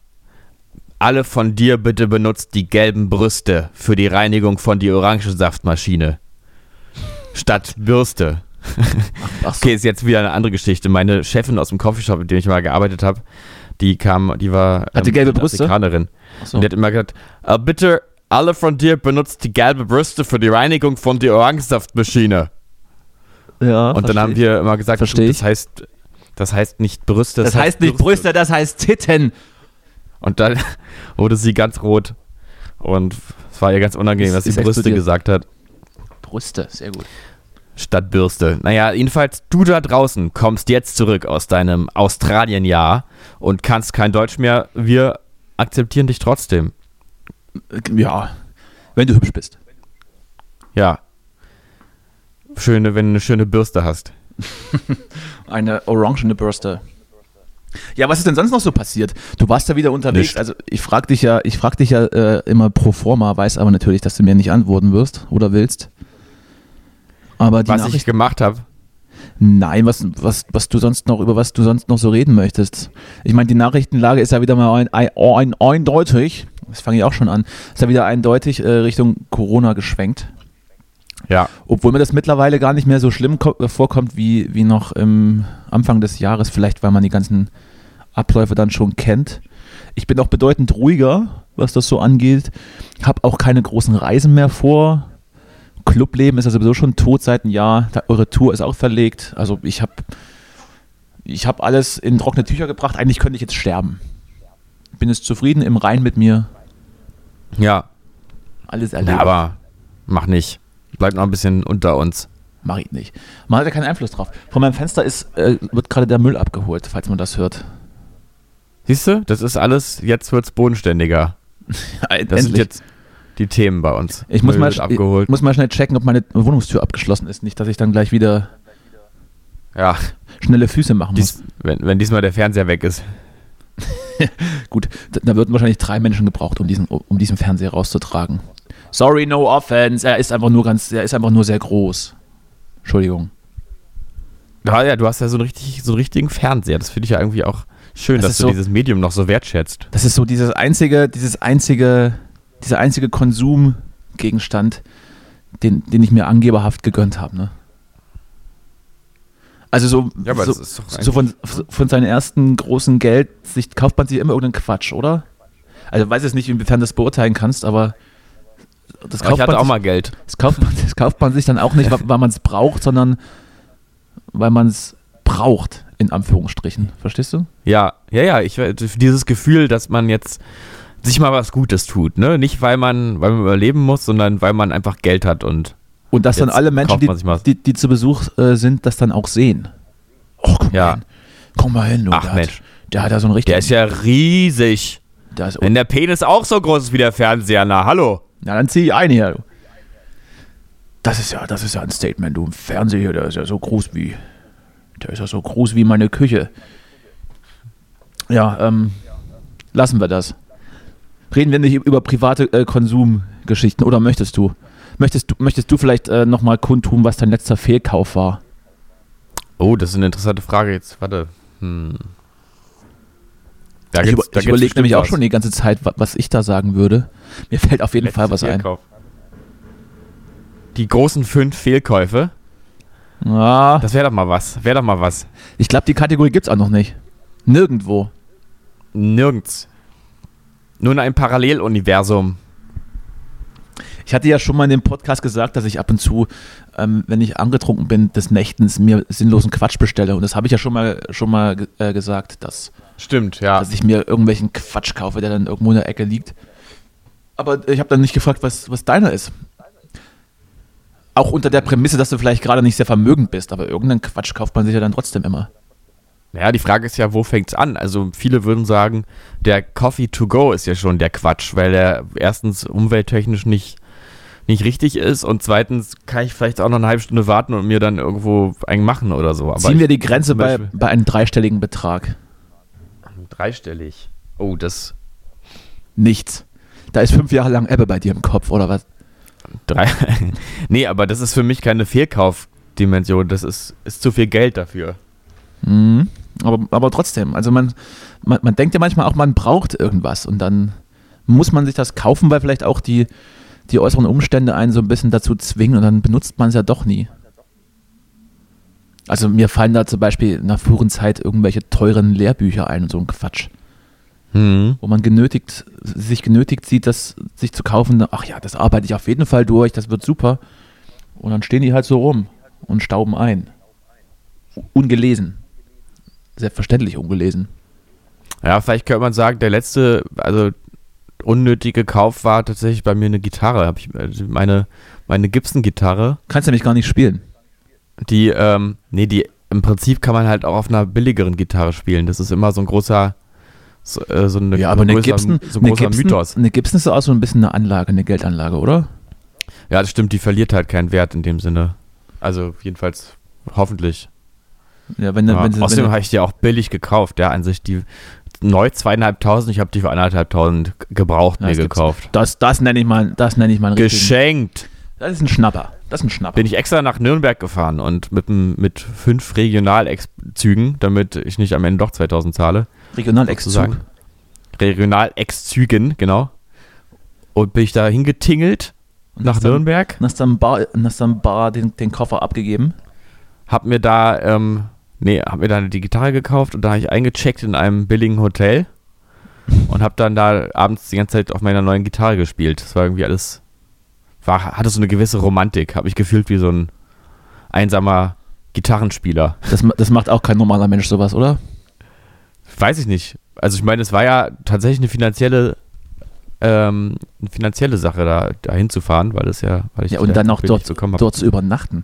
Speaker 2: alle von dir bitte benutzt die gelben Brüste für die Reinigung von die Orangensaftmaschine statt Bürste.
Speaker 1: Ach so.
Speaker 2: Okay, ist jetzt wieder eine andere Geschichte. Meine Chefin aus dem Coffeeshop, in dem ich mal gearbeitet habe, die kam, die war ähm,
Speaker 1: Hatte gelbe Brüste?
Speaker 2: Afrikanerin.
Speaker 1: Ach so.
Speaker 2: Und die hat immer gesagt, "Äh, bitte alle von dir benutzt die gelbe Brüste für die Reinigung von der Orangensaftmaschine.
Speaker 1: Ja,
Speaker 2: Und dann
Speaker 1: verstehe
Speaker 2: haben
Speaker 1: ich.
Speaker 2: wir immer gesagt,
Speaker 1: Versteh
Speaker 2: das
Speaker 1: ich.
Speaker 2: heißt, das heißt nicht Brüste,
Speaker 1: Das, heißt nicht Brüste, das heißt Titten.
Speaker 2: Und dann wurde sie ganz rot. Und es war ihr ganz unangenehm,
Speaker 1: Ist-
Speaker 2: dass sie
Speaker 1: ist
Speaker 2: Brüste
Speaker 1: explodiert.
Speaker 2: gesagt hat,
Speaker 1: Brüste, sehr gut.
Speaker 2: statt Bürste. Naja, jedenfalls, du da draußen kommst jetzt zurück aus deinem Australienjahr und kannst kein Deutsch mehr. Wir akzeptieren dich trotzdem.
Speaker 1: Äh, Ja, wenn du hübsch bist.
Speaker 2: Ja. Schöne, wenn du eine schöne Bürste hast.
Speaker 1: Eine orangene Bürste. Ja, was ist denn sonst noch so passiert? Du warst ja wieder unterwegs.
Speaker 2: Nicht.
Speaker 1: Also ich frag dich ja, ich frag dich ja äh, immer pro forma, weiß aber natürlich, dass du mir nicht antworten wirst oder willst. Aber die
Speaker 2: Was
Speaker 1: Nachricht
Speaker 2: ich gemacht habe,
Speaker 1: Nein, was, was, was du sonst noch, über was du sonst noch so reden möchtest. Ich meine, die Nachrichtenlage ist ja wieder mal ein, ein, ein, eindeutig, das fange ich auch schon an, ist ja wieder eindeutig äh, Richtung Corona geschwenkt.
Speaker 2: Ja,
Speaker 1: Obwohl mir das mittlerweile gar nicht mehr so schlimm ko- äh, vorkommt wie, wie noch im Anfang des Jahres, vielleicht weil man die ganzen Abläufe dann schon kennt. Ich bin auch bedeutend ruhiger, was das so angeht. Habe auch keine großen Reisen mehr vor. Clubleben ist ja sowieso schon tot seit einem Jahr. Da, eure Tour ist auch verlegt. Also ich habe ich hab alles in trockene Tücher gebracht. Eigentlich könnte ich jetzt sterben. Bin jetzt zufrieden im Rein mit mir.
Speaker 2: ja,
Speaker 1: Alles
Speaker 2: na,
Speaker 1: erledigt.
Speaker 2: aber mach nicht. Bleib noch ein bisschen unter uns.
Speaker 1: Mach ich nicht. Man hat ja keinen Einfluss drauf. Von meinem Fenster ist, äh, wird gerade der Müll abgeholt, falls man das hört.
Speaker 2: Siehst du, das ist alles, jetzt wird's bodenständiger. Das sind jetzt die Themen bei uns.
Speaker 1: ich muss
Speaker 2: Müll
Speaker 1: mal,
Speaker 2: wird
Speaker 1: sch-
Speaker 2: abgeholt.
Speaker 1: ich muss mal schnell checken, ob meine Wohnungstür abgeschlossen ist. Nicht, dass ich dann gleich wieder
Speaker 2: ja,
Speaker 1: schnelle Füße machen muss.
Speaker 2: dies, wenn, wenn diesmal der Fernseher weg ist.
Speaker 1: Gut, da- da würden wahrscheinlich drei Menschen gebraucht, um diesen, um diesen Fernseher rauszutragen. Sorry, no offense. Er ist einfach nur ganz, er ist einfach nur sehr groß. Entschuldigung.
Speaker 2: Ja, ja, du hast ja so einen, richtig, so einen richtigen Fernseher. Das finde ich ja irgendwie auch schön,
Speaker 1: Das
Speaker 2: dass
Speaker 1: ist
Speaker 2: du
Speaker 1: so-
Speaker 2: dieses Medium noch so wertschätzt.
Speaker 1: Das ist so dieses einzige, dieses einzige, dieser einzige Konsumgegenstand, den, den ich mir angeberhaft gegönnt habe. Ne? Also so, so,
Speaker 2: ist doch
Speaker 1: so von, von seinem ersten großen Geld sich, kauft man sich immer irgendeinen Quatsch, oder? Also weiß jetzt nicht, inwiefern du das beurteilen kannst, aber das
Speaker 2: ich
Speaker 1: kauft, man
Speaker 2: hatte auch
Speaker 1: sich,
Speaker 2: mal Geld.
Speaker 1: das, kauft man, das kauft man sich dann auch nicht, weil man es braucht, sondern weil man es braucht, in Anführungsstrichen. Verstehst du?
Speaker 2: Ja, ja, ja, ich we- dieses Gefühl, dass man jetzt sich mal was Gutes tut, ne? Nicht weil man, weil man überleben muss, sondern weil man einfach Geld hat und
Speaker 1: Und dass dann
Speaker 2: Jetzt
Speaker 1: alle Menschen,
Speaker 2: kauft
Speaker 1: die,
Speaker 2: man sich mal was.
Speaker 1: die, die zu Besuch äh, sind, das dann auch sehen. Oh, guck
Speaker 2: Ja.
Speaker 1: mal hin. Guck mal hin, du.
Speaker 2: Ach,
Speaker 1: der
Speaker 2: Mensch.
Speaker 1: Hat, der hat da so einen richtigen.
Speaker 2: der ist ja riesig.
Speaker 1: der ist,
Speaker 2: Wenn der Penis auch so groß ist wie der Fernseher, na hallo.
Speaker 1: na, dann zieh ich ein hier. Du. Das ist ja, das ist ja ein Statement, du. Im Fernseher, hier, der ist ja so groß wie. Der ist ja so groß wie meine Küche. Ja, ähm, lassen wir das. Reden wir nicht über private äh, Konsumgeschichten oder möchtest du? Möchtest du, möchtest du vielleicht äh, nochmal kundtun, was dein letzter Fehlkauf war?
Speaker 2: Oh, das ist eine interessante Frage jetzt. Warte. Hm. Da
Speaker 1: ich über,
Speaker 2: da
Speaker 1: ich überlege
Speaker 2: bestimmt
Speaker 1: nämlich auch
Speaker 2: was.
Speaker 1: schon die ganze Zeit, wa- was ich da sagen würde. Mir fällt auf jeden
Speaker 2: Letzter
Speaker 1: Fall was ein.
Speaker 2: Fehlkauf. Die großen fünf Fehlkäufe.
Speaker 1: Ah,
Speaker 2: Das wäre doch mal was. Wäre doch mal was.
Speaker 1: ich glaube, die Kategorie gibt es auch noch nicht. Nirgendwo.
Speaker 2: Nirgends. Nur in einem Paralleluniversum.
Speaker 1: Ich hatte ja schon mal in dem Podcast gesagt, dass ich ab und zu, ähm, wenn ich angetrunken bin, des Nächtens mir sinnlosen Quatsch bestelle. Und das habe ich ja schon mal, schon mal ge- äh, gesagt, dass,
Speaker 2: Stimmt, ja.
Speaker 1: dass ich mir irgendwelchen Quatsch kaufe, der dann irgendwo in der Ecke liegt. Aber ich habe dann nicht gefragt, was, was deiner ist. Auch unter der Prämisse, dass du vielleicht gerade nicht sehr vermögend bist, aber irgendeinen Quatsch kauft man sich ja dann trotzdem immer.
Speaker 2: Naja, die Frage ist ja, wo fängt's an? Also viele würden sagen, der Coffee to go ist ja schon der Quatsch, weil der erstens umwelttechnisch nicht, nicht richtig ist und zweitens kann ich vielleicht auch noch eine halbe Stunde warten und mir dann irgendwo einen machen oder so. Aber
Speaker 1: Ziehen
Speaker 2: ich-
Speaker 1: wir die Grenze
Speaker 2: zum
Speaker 1: bei,
Speaker 2: Beispiel-
Speaker 1: bei einem dreistelligen Betrag.
Speaker 2: dreistellig. Oh, das
Speaker 1: Nichts. Da ist fünf Jahre lang Ebbe bei dir im Kopf, oder was?
Speaker 2: drei. nee, aber das ist für mich keine Fehlkaufdimension. Das ist, ist zu viel Geld dafür.
Speaker 1: Mhm. Aber, aber trotzdem, also man, man, man denkt ja manchmal auch, man braucht irgendwas und dann muss man sich das kaufen, weil vielleicht auch die, die äußeren Umstände einen so ein bisschen dazu zwingen und dann benutzt man es ja doch nie. Also mir fallen da zum Beispiel nach früheren Zeit irgendwelche teuren Lehrbücher ein und so ein Quatsch,
Speaker 2: Hm.
Speaker 1: wo man genötigt, sich genötigt sieht, das sich zu kaufen, ach ja, das arbeite ich auf jeden Fall durch, das wird super. Und dann stehen die halt so rum und stauben ein. Ungelesen. Selbstverständlich ungelesen.
Speaker 2: Ja, vielleicht könnte man sagen, der letzte, also unnötige Kauf war tatsächlich bei mir eine Gitarre. Hab ich also meine, meine Gibson-Gitarre,
Speaker 1: Kannst du nämlich gar nicht spielen.
Speaker 2: die, ähm, nee, die im Prinzip kann man halt auch auf einer billigeren Gitarre spielen. Das ist immer so ein großer, so, äh, so eine, größer- so ein
Speaker 1: eine
Speaker 2: großer
Speaker 1: Gibson,
Speaker 2: Mythos.
Speaker 1: Eine Gibson ist so auch so ein bisschen eine Anlage, eine Geldanlage, oder?
Speaker 2: Ja, das stimmt, die verliert halt keinen Wert in dem Sinne. Also jedenfalls hoffentlich.
Speaker 1: Ja, wenn,
Speaker 2: Ja,
Speaker 1: wenn, sie-
Speaker 2: Außerdem halt-
Speaker 1: wenn,
Speaker 2: habe ich die auch billig gekauft, ja, an sich die neu zweieinhalbtausend, ich habe die für anderthalbtausend gebraucht
Speaker 1: Ja,
Speaker 2: mir
Speaker 1: das gibt's.
Speaker 2: gekauft.
Speaker 1: das, das nenne ich mal, das nenne ich mal einen richtigen-
Speaker 2: Geschenkt!
Speaker 1: Das ist ein Schnapper. Das ist ein Schnapper.
Speaker 2: Bin ich extra nach Nürnberg gefahren und mit, dem- mit fünf Regional-Zügen, damit ich nicht am Ende doch 2000 zahle.
Speaker 1: Regionalex-Zug.
Speaker 2: sozusagen. Regional-Zügen, genau. Und bin ich da hingetingelt nach
Speaker 1: hast dann-
Speaker 2: Nürnberg,
Speaker 1: Und hast dann bar, und hast dann bar den, den Koffer abgegeben.
Speaker 2: hab mir da, ähm, nee, hab mir da die Gitarre gekauft und da habe ich eingecheckt in einem billigen Hotel und hab dann da abends die ganze Zeit auf meiner neuen Gitarre gespielt. Das war irgendwie alles, war, hatte so eine gewisse Romantik, habe ich gefühlt wie so ein einsamer Gitarrenspieler.
Speaker 1: Das, ma- das macht auch kein normaler Mensch sowas, oder?
Speaker 2: Weiß ich nicht. Also ich meine, es war ja tatsächlich eine finanzielle, ähm, eine finanzielle Sache, da, da hinzufahren, weil das ja, weil ich
Speaker 1: Ja, und dann noch dort,
Speaker 2: zu kommen habe.
Speaker 1: dort zu übernachten.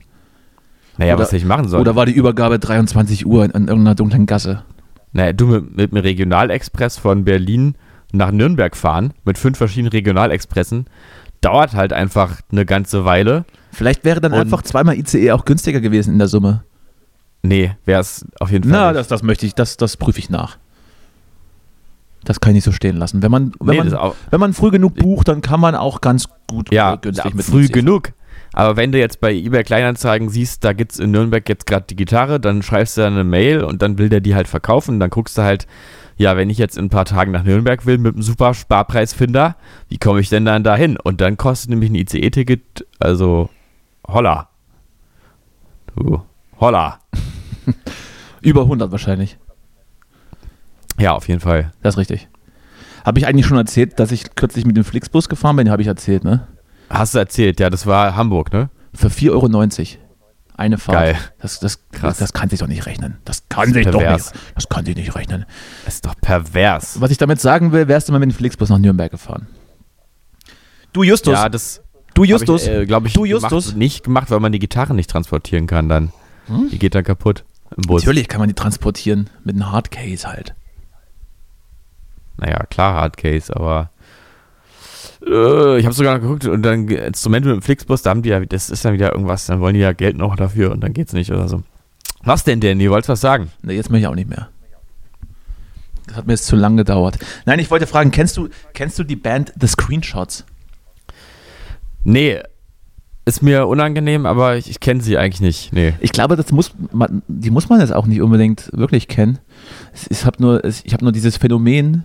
Speaker 2: Naja,
Speaker 1: oder-
Speaker 2: was hätte ich machen sollen?
Speaker 1: Oder war die Übergabe 23 Uhr in, in irgendeiner dunklen Gasse?
Speaker 2: naja, du mit, mit einem Regionalexpress von Berlin nach Nürnberg fahren, mit fünf verschiedenen Regionalexpressen, dauert halt einfach eine ganze Weile.
Speaker 1: Vielleicht wäre dann
Speaker 2: Und-
Speaker 1: einfach zweimal ICE auch günstiger gewesen in der Summe.
Speaker 2: Nee, wäre es auf jeden Fall.
Speaker 1: Na,
Speaker 2: nicht.
Speaker 1: das, das möchte ich, das, das prüfe ich nach. Das kann ich nicht so stehen lassen. Wenn man, wenn
Speaker 2: Nee,
Speaker 1: man,
Speaker 2: das auch-
Speaker 1: wenn man früh genug bucht, dann kann man auch ganz gut
Speaker 2: ja,
Speaker 1: äh, günstig mit
Speaker 2: früh
Speaker 1: dem Ziel-
Speaker 2: genug. Aber wenn du jetzt bei eBay Kleinanzeigen siehst, da gibt's in Nürnberg jetzt gerade die Gitarre, dann schreibst du da eine Mail und dann will der die halt verkaufen. Dann guckst du halt, ja, wenn ich jetzt in ein paar Tagen nach Nürnberg will mit einem super Sparpreisfinder, wie komme ich denn dann dahin? Und dann kostet nämlich ein ICE-Ticket, also holla. Du, holla.
Speaker 1: Über 100 wahrscheinlich.
Speaker 2: Ja, auf jeden Fall.
Speaker 1: Das ist richtig. Habe ich eigentlich schon erzählt, dass ich kürzlich mit dem Flixbus gefahren bin? Habe ich erzählt, ne?
Speaker 2: Hast du erzählt, ja, das war Hamburg, ne?
Speaker 1: Für 4,90 Euro. Eine Fahrt.
Speaker 2: Geil.
Speaker 1: Das, das,
Speaker 2: Krass.
Speaker 1: Krass. das kann sich doch nicht rechnen. Das kann sich doch
Speaker 2: pervers.
Speaker 1: nicht. Das kann sich nicht rechnen.
Speaker 2: Ist doch pervers.
Speaker 1: Was ich damit sagen will, wärst du mal mit dem Flixbus nach Nürnberg gefahren. Du Justus,
Speaker 2: Ja, das
Speaker 1: du Justus,
Speaker 2: Hab ich, äh, glaub ich,
Speaker 1: du
Speaker 2: Gemacht,
Speaker 1: Justus.
Speaker 2: nicht gemacht, weil man die Gitarre nicht transportieren kann dann. Die geht dann kaputt im Bus.
Speaker 1: Hm? Natürlich kann man die transportieren mit einem Hardcase halt.
Speaker 2: Naja, klar, Hardcase, aber äh, ich habe sogar noch geguckt und dann Ge- Instrumente mit dem Flixbus, da haben die ja, das ist dann wieder irgendwas, dann wollen die ja Geld noch dafür und dann geht's nicht oder so. Was denn, Danny? Wolltest was sagen?
Speaker 1: Ne, jetzt möchte ich auch nicht mehr. Das hat mir jetzt zu lang gedauert. Nein, ich wollte fragen, kennst du, kennst du die Band The Screenshots?
Speaker 2: Nee, ist mir unangenehm, aber ich, ich kenne sie eigentlich nicht. Nee.
Speaker 1: Ich glaube, das muss man, die muss man jetzt auch nicht unbedingt wirklich kennen. Es- Ich habe nur, es- ich hab nur dieses Phänomen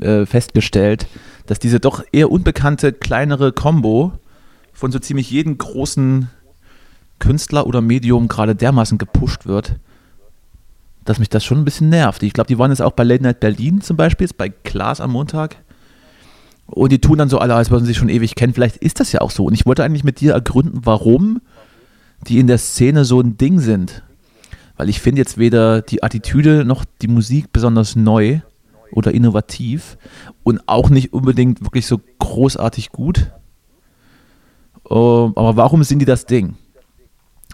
Speaker 1: äh, festgestellt, dass diese doch eher unbekannte kleinere Combo von so ziemlich jedem großen Künstler oder Medium gerade dermaßen gepusht wird, dass mich das schon ein bisschen nervt. Ich glaube, die waren jetzt auch bei Late Night Berlin zum Beispiel, jetzt bei Klaas am Montag. Und die tun dann so alle, als würden sie sich schon ewig kennen. Vielleicht ist das ja auch so. Und ich wollte eigentlich mit dir ergründen, warum die in der Szene so ein Ding sind. Weil ich finde jetzt weder die Attitüde noch die Musik besonders neu oder innovativ und auch nicht unbedingt wirklich so großartig gut. Ähm, aber warum sind die das Ding?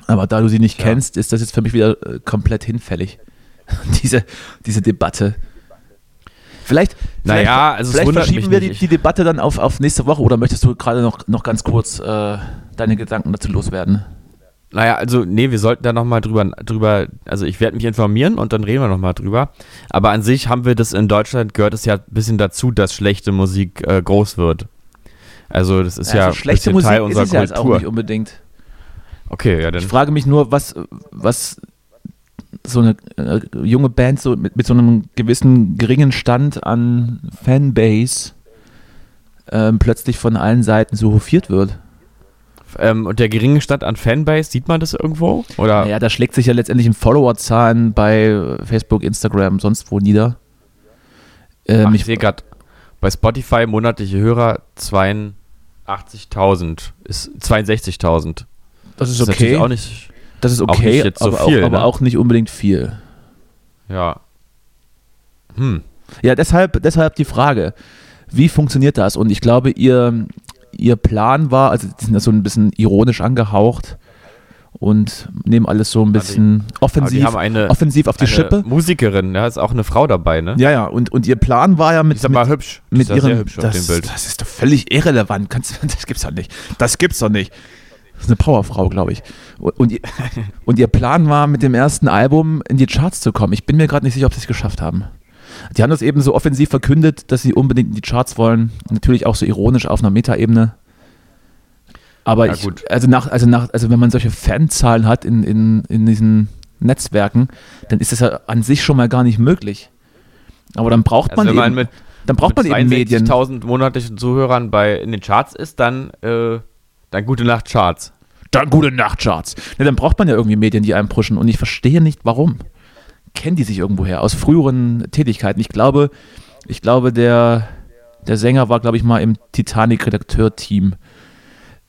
Speaker 1: Aber da du sie nicht kennst, ist das jetzt für mich wieder äh, komplett hinfällig. diese, diese Debatte. Vielleicht, vielleicht,
Speaker 2: Naja, also es
Speaker 1: vielleicht
Speaker 2: wundert
Speaker 1: verschieben
Speaker 2: mich
Speaker 1: wir
Speaker 2: nicht.
Speaker 1: die,
Speaker 2: Ich-
Speaker 1: die Debatte dann auf, auf nächste Woche oder möchtest du gerade noch, noch ganz kurz äh, deine Gedanken dazu loswerden?
Speaker 2: Naja, also, nee, wir sollten da nochmal drüber, drüber, also ich werde mich informieren und dann reden wir nochmal drüber. Aber an sich haben wir das in Deutschland, gehört es ja ein bisschen dazu, dass schlechte Musik äh, groß wird. Also, das ist ja,
Speaker 1: also schlechte
Speaker 2: ein
Speaker 1: Musik
Speaker 2: bisschen Teil unserer
Speaker 1: ist es ja jetzt auch
Speaker 2: Kultur.
Speaker 1: nicht unbedingt.
Speaker 2: okay, ja, dann.
Speaker 1: Ich frage mich nur, was, was so eine äh, junge Band so mit, mit so einem gewissen geringen Stand an Fanbase ähm, plötzlich von allen Seiten so hofiert wird.
Speaker 2: Ähm, und der geringe Stand an Fanbase, sieht man das irgendwo? Oder?
Speaker 1: Naja, das schlägt sich ja letztendlich in Followerzahlen bei Facebook, Instagram, sonst wo nieder. Ähm,
Speaker 2: Ach, ich
Speaker 1: ich
Speaker 2: sehe gerade bei Spotify monatliche Hörer 82.000 ist 62.000.
Speaker 1: das ist
Speaker 2: Das
Speaker 1: okay.
Speaker 2: natürlich auch nicht.
Speaker 1: das ist
Speaker 2: auch
Speaker 1: okay,
Speaker 2: nicht jetzt so
Speaker 1: aber,
Speaker 2: viel,
Speaker 1: auch, aber
Speaker 2: ne?
Speaker 1: auch nicht unbedingt viel.
Speaker 2: Ja. Hm.
Speaker 1: Ja, deshalb, deshalb die Frage, wie funktioniert das? Und ich glaube, ihr, ihr Plan war, also die sind ja so ein bisschen ironisch angehaucht und nehmen alles so ein bisschen
Speaker 2: Aber Also Ah, die
Speaker 1: offensiv,
Speaker 2: haben eine,
Speaker 1: offensiv auf die
Speaker 2: eine
Speaker 1: Schippe.
Speaker 2: Musikerin, ja, ist auch eine Frau dabei, ne?
Speaker 1: Ja, ja, und, und ihr Plan war ja mit,
Speaker 2: Ist aber
Speaker 1: mit,
Speaker 2: hübsch. Die
Speaker 1: mit
Speaker 2: ist ja
Speaker 1: ihrem.
Speaker 2: sehr hübsch auf
Speaker 1: das,
Speaker 2: dem Bild.
Speaker 1: das ist doch völlig irrelevant. Kannst, das gibt's doch nicht. Das gibt's doch nicht. Das ist eine Powerfrau, glaube ich. Und, und, ihr, und ihr Plan war, mit dem ersten Album in die Charts zu kommen. Ich bin mir gerade nicht sicher, ob sie es geschafft haben. Die haben das eben so offensiv verkündet, dass sie unbedingt in die Charts wollen. Natürlich auch so ironisch auf einer Metaebene. Aber
Speaker 2: Ja,
Speaker 1: ich,
Speaker 2: gut.
Speaker 1: also nach, also nach, also wenn man solche Fanzahlen hat in, in, in diesen Netzwerken, dann ist das ja an sich schon mal gar nicht möglich. Aber dann braucht
Speaker 2: Also
Speaker 1: man,
Speaker 2: wenn
Speaker 1: eben,
Speaker 2: man mit,
Speaker 1: dann braucht man
Speaker 2: mit
Speaker 1: eben Medien.
Speaker 2: 62.000 monatlichen Zuhörern bei, in den Charts ist, dann, äh, dann gute Nacht Charts.
Speaker 1: Dann gute Nacht, Charts. Ne, dann braucht man ja irgendwie Medien, die einem pushen. Und ich verstehe nicht, warum. Kennen die sich irgendwoher aus früheren Tätigkeiten? Ich glaube, ich glaube, der, der Sänger war, glaube ich, mal im Titanic-Redakteur-Team.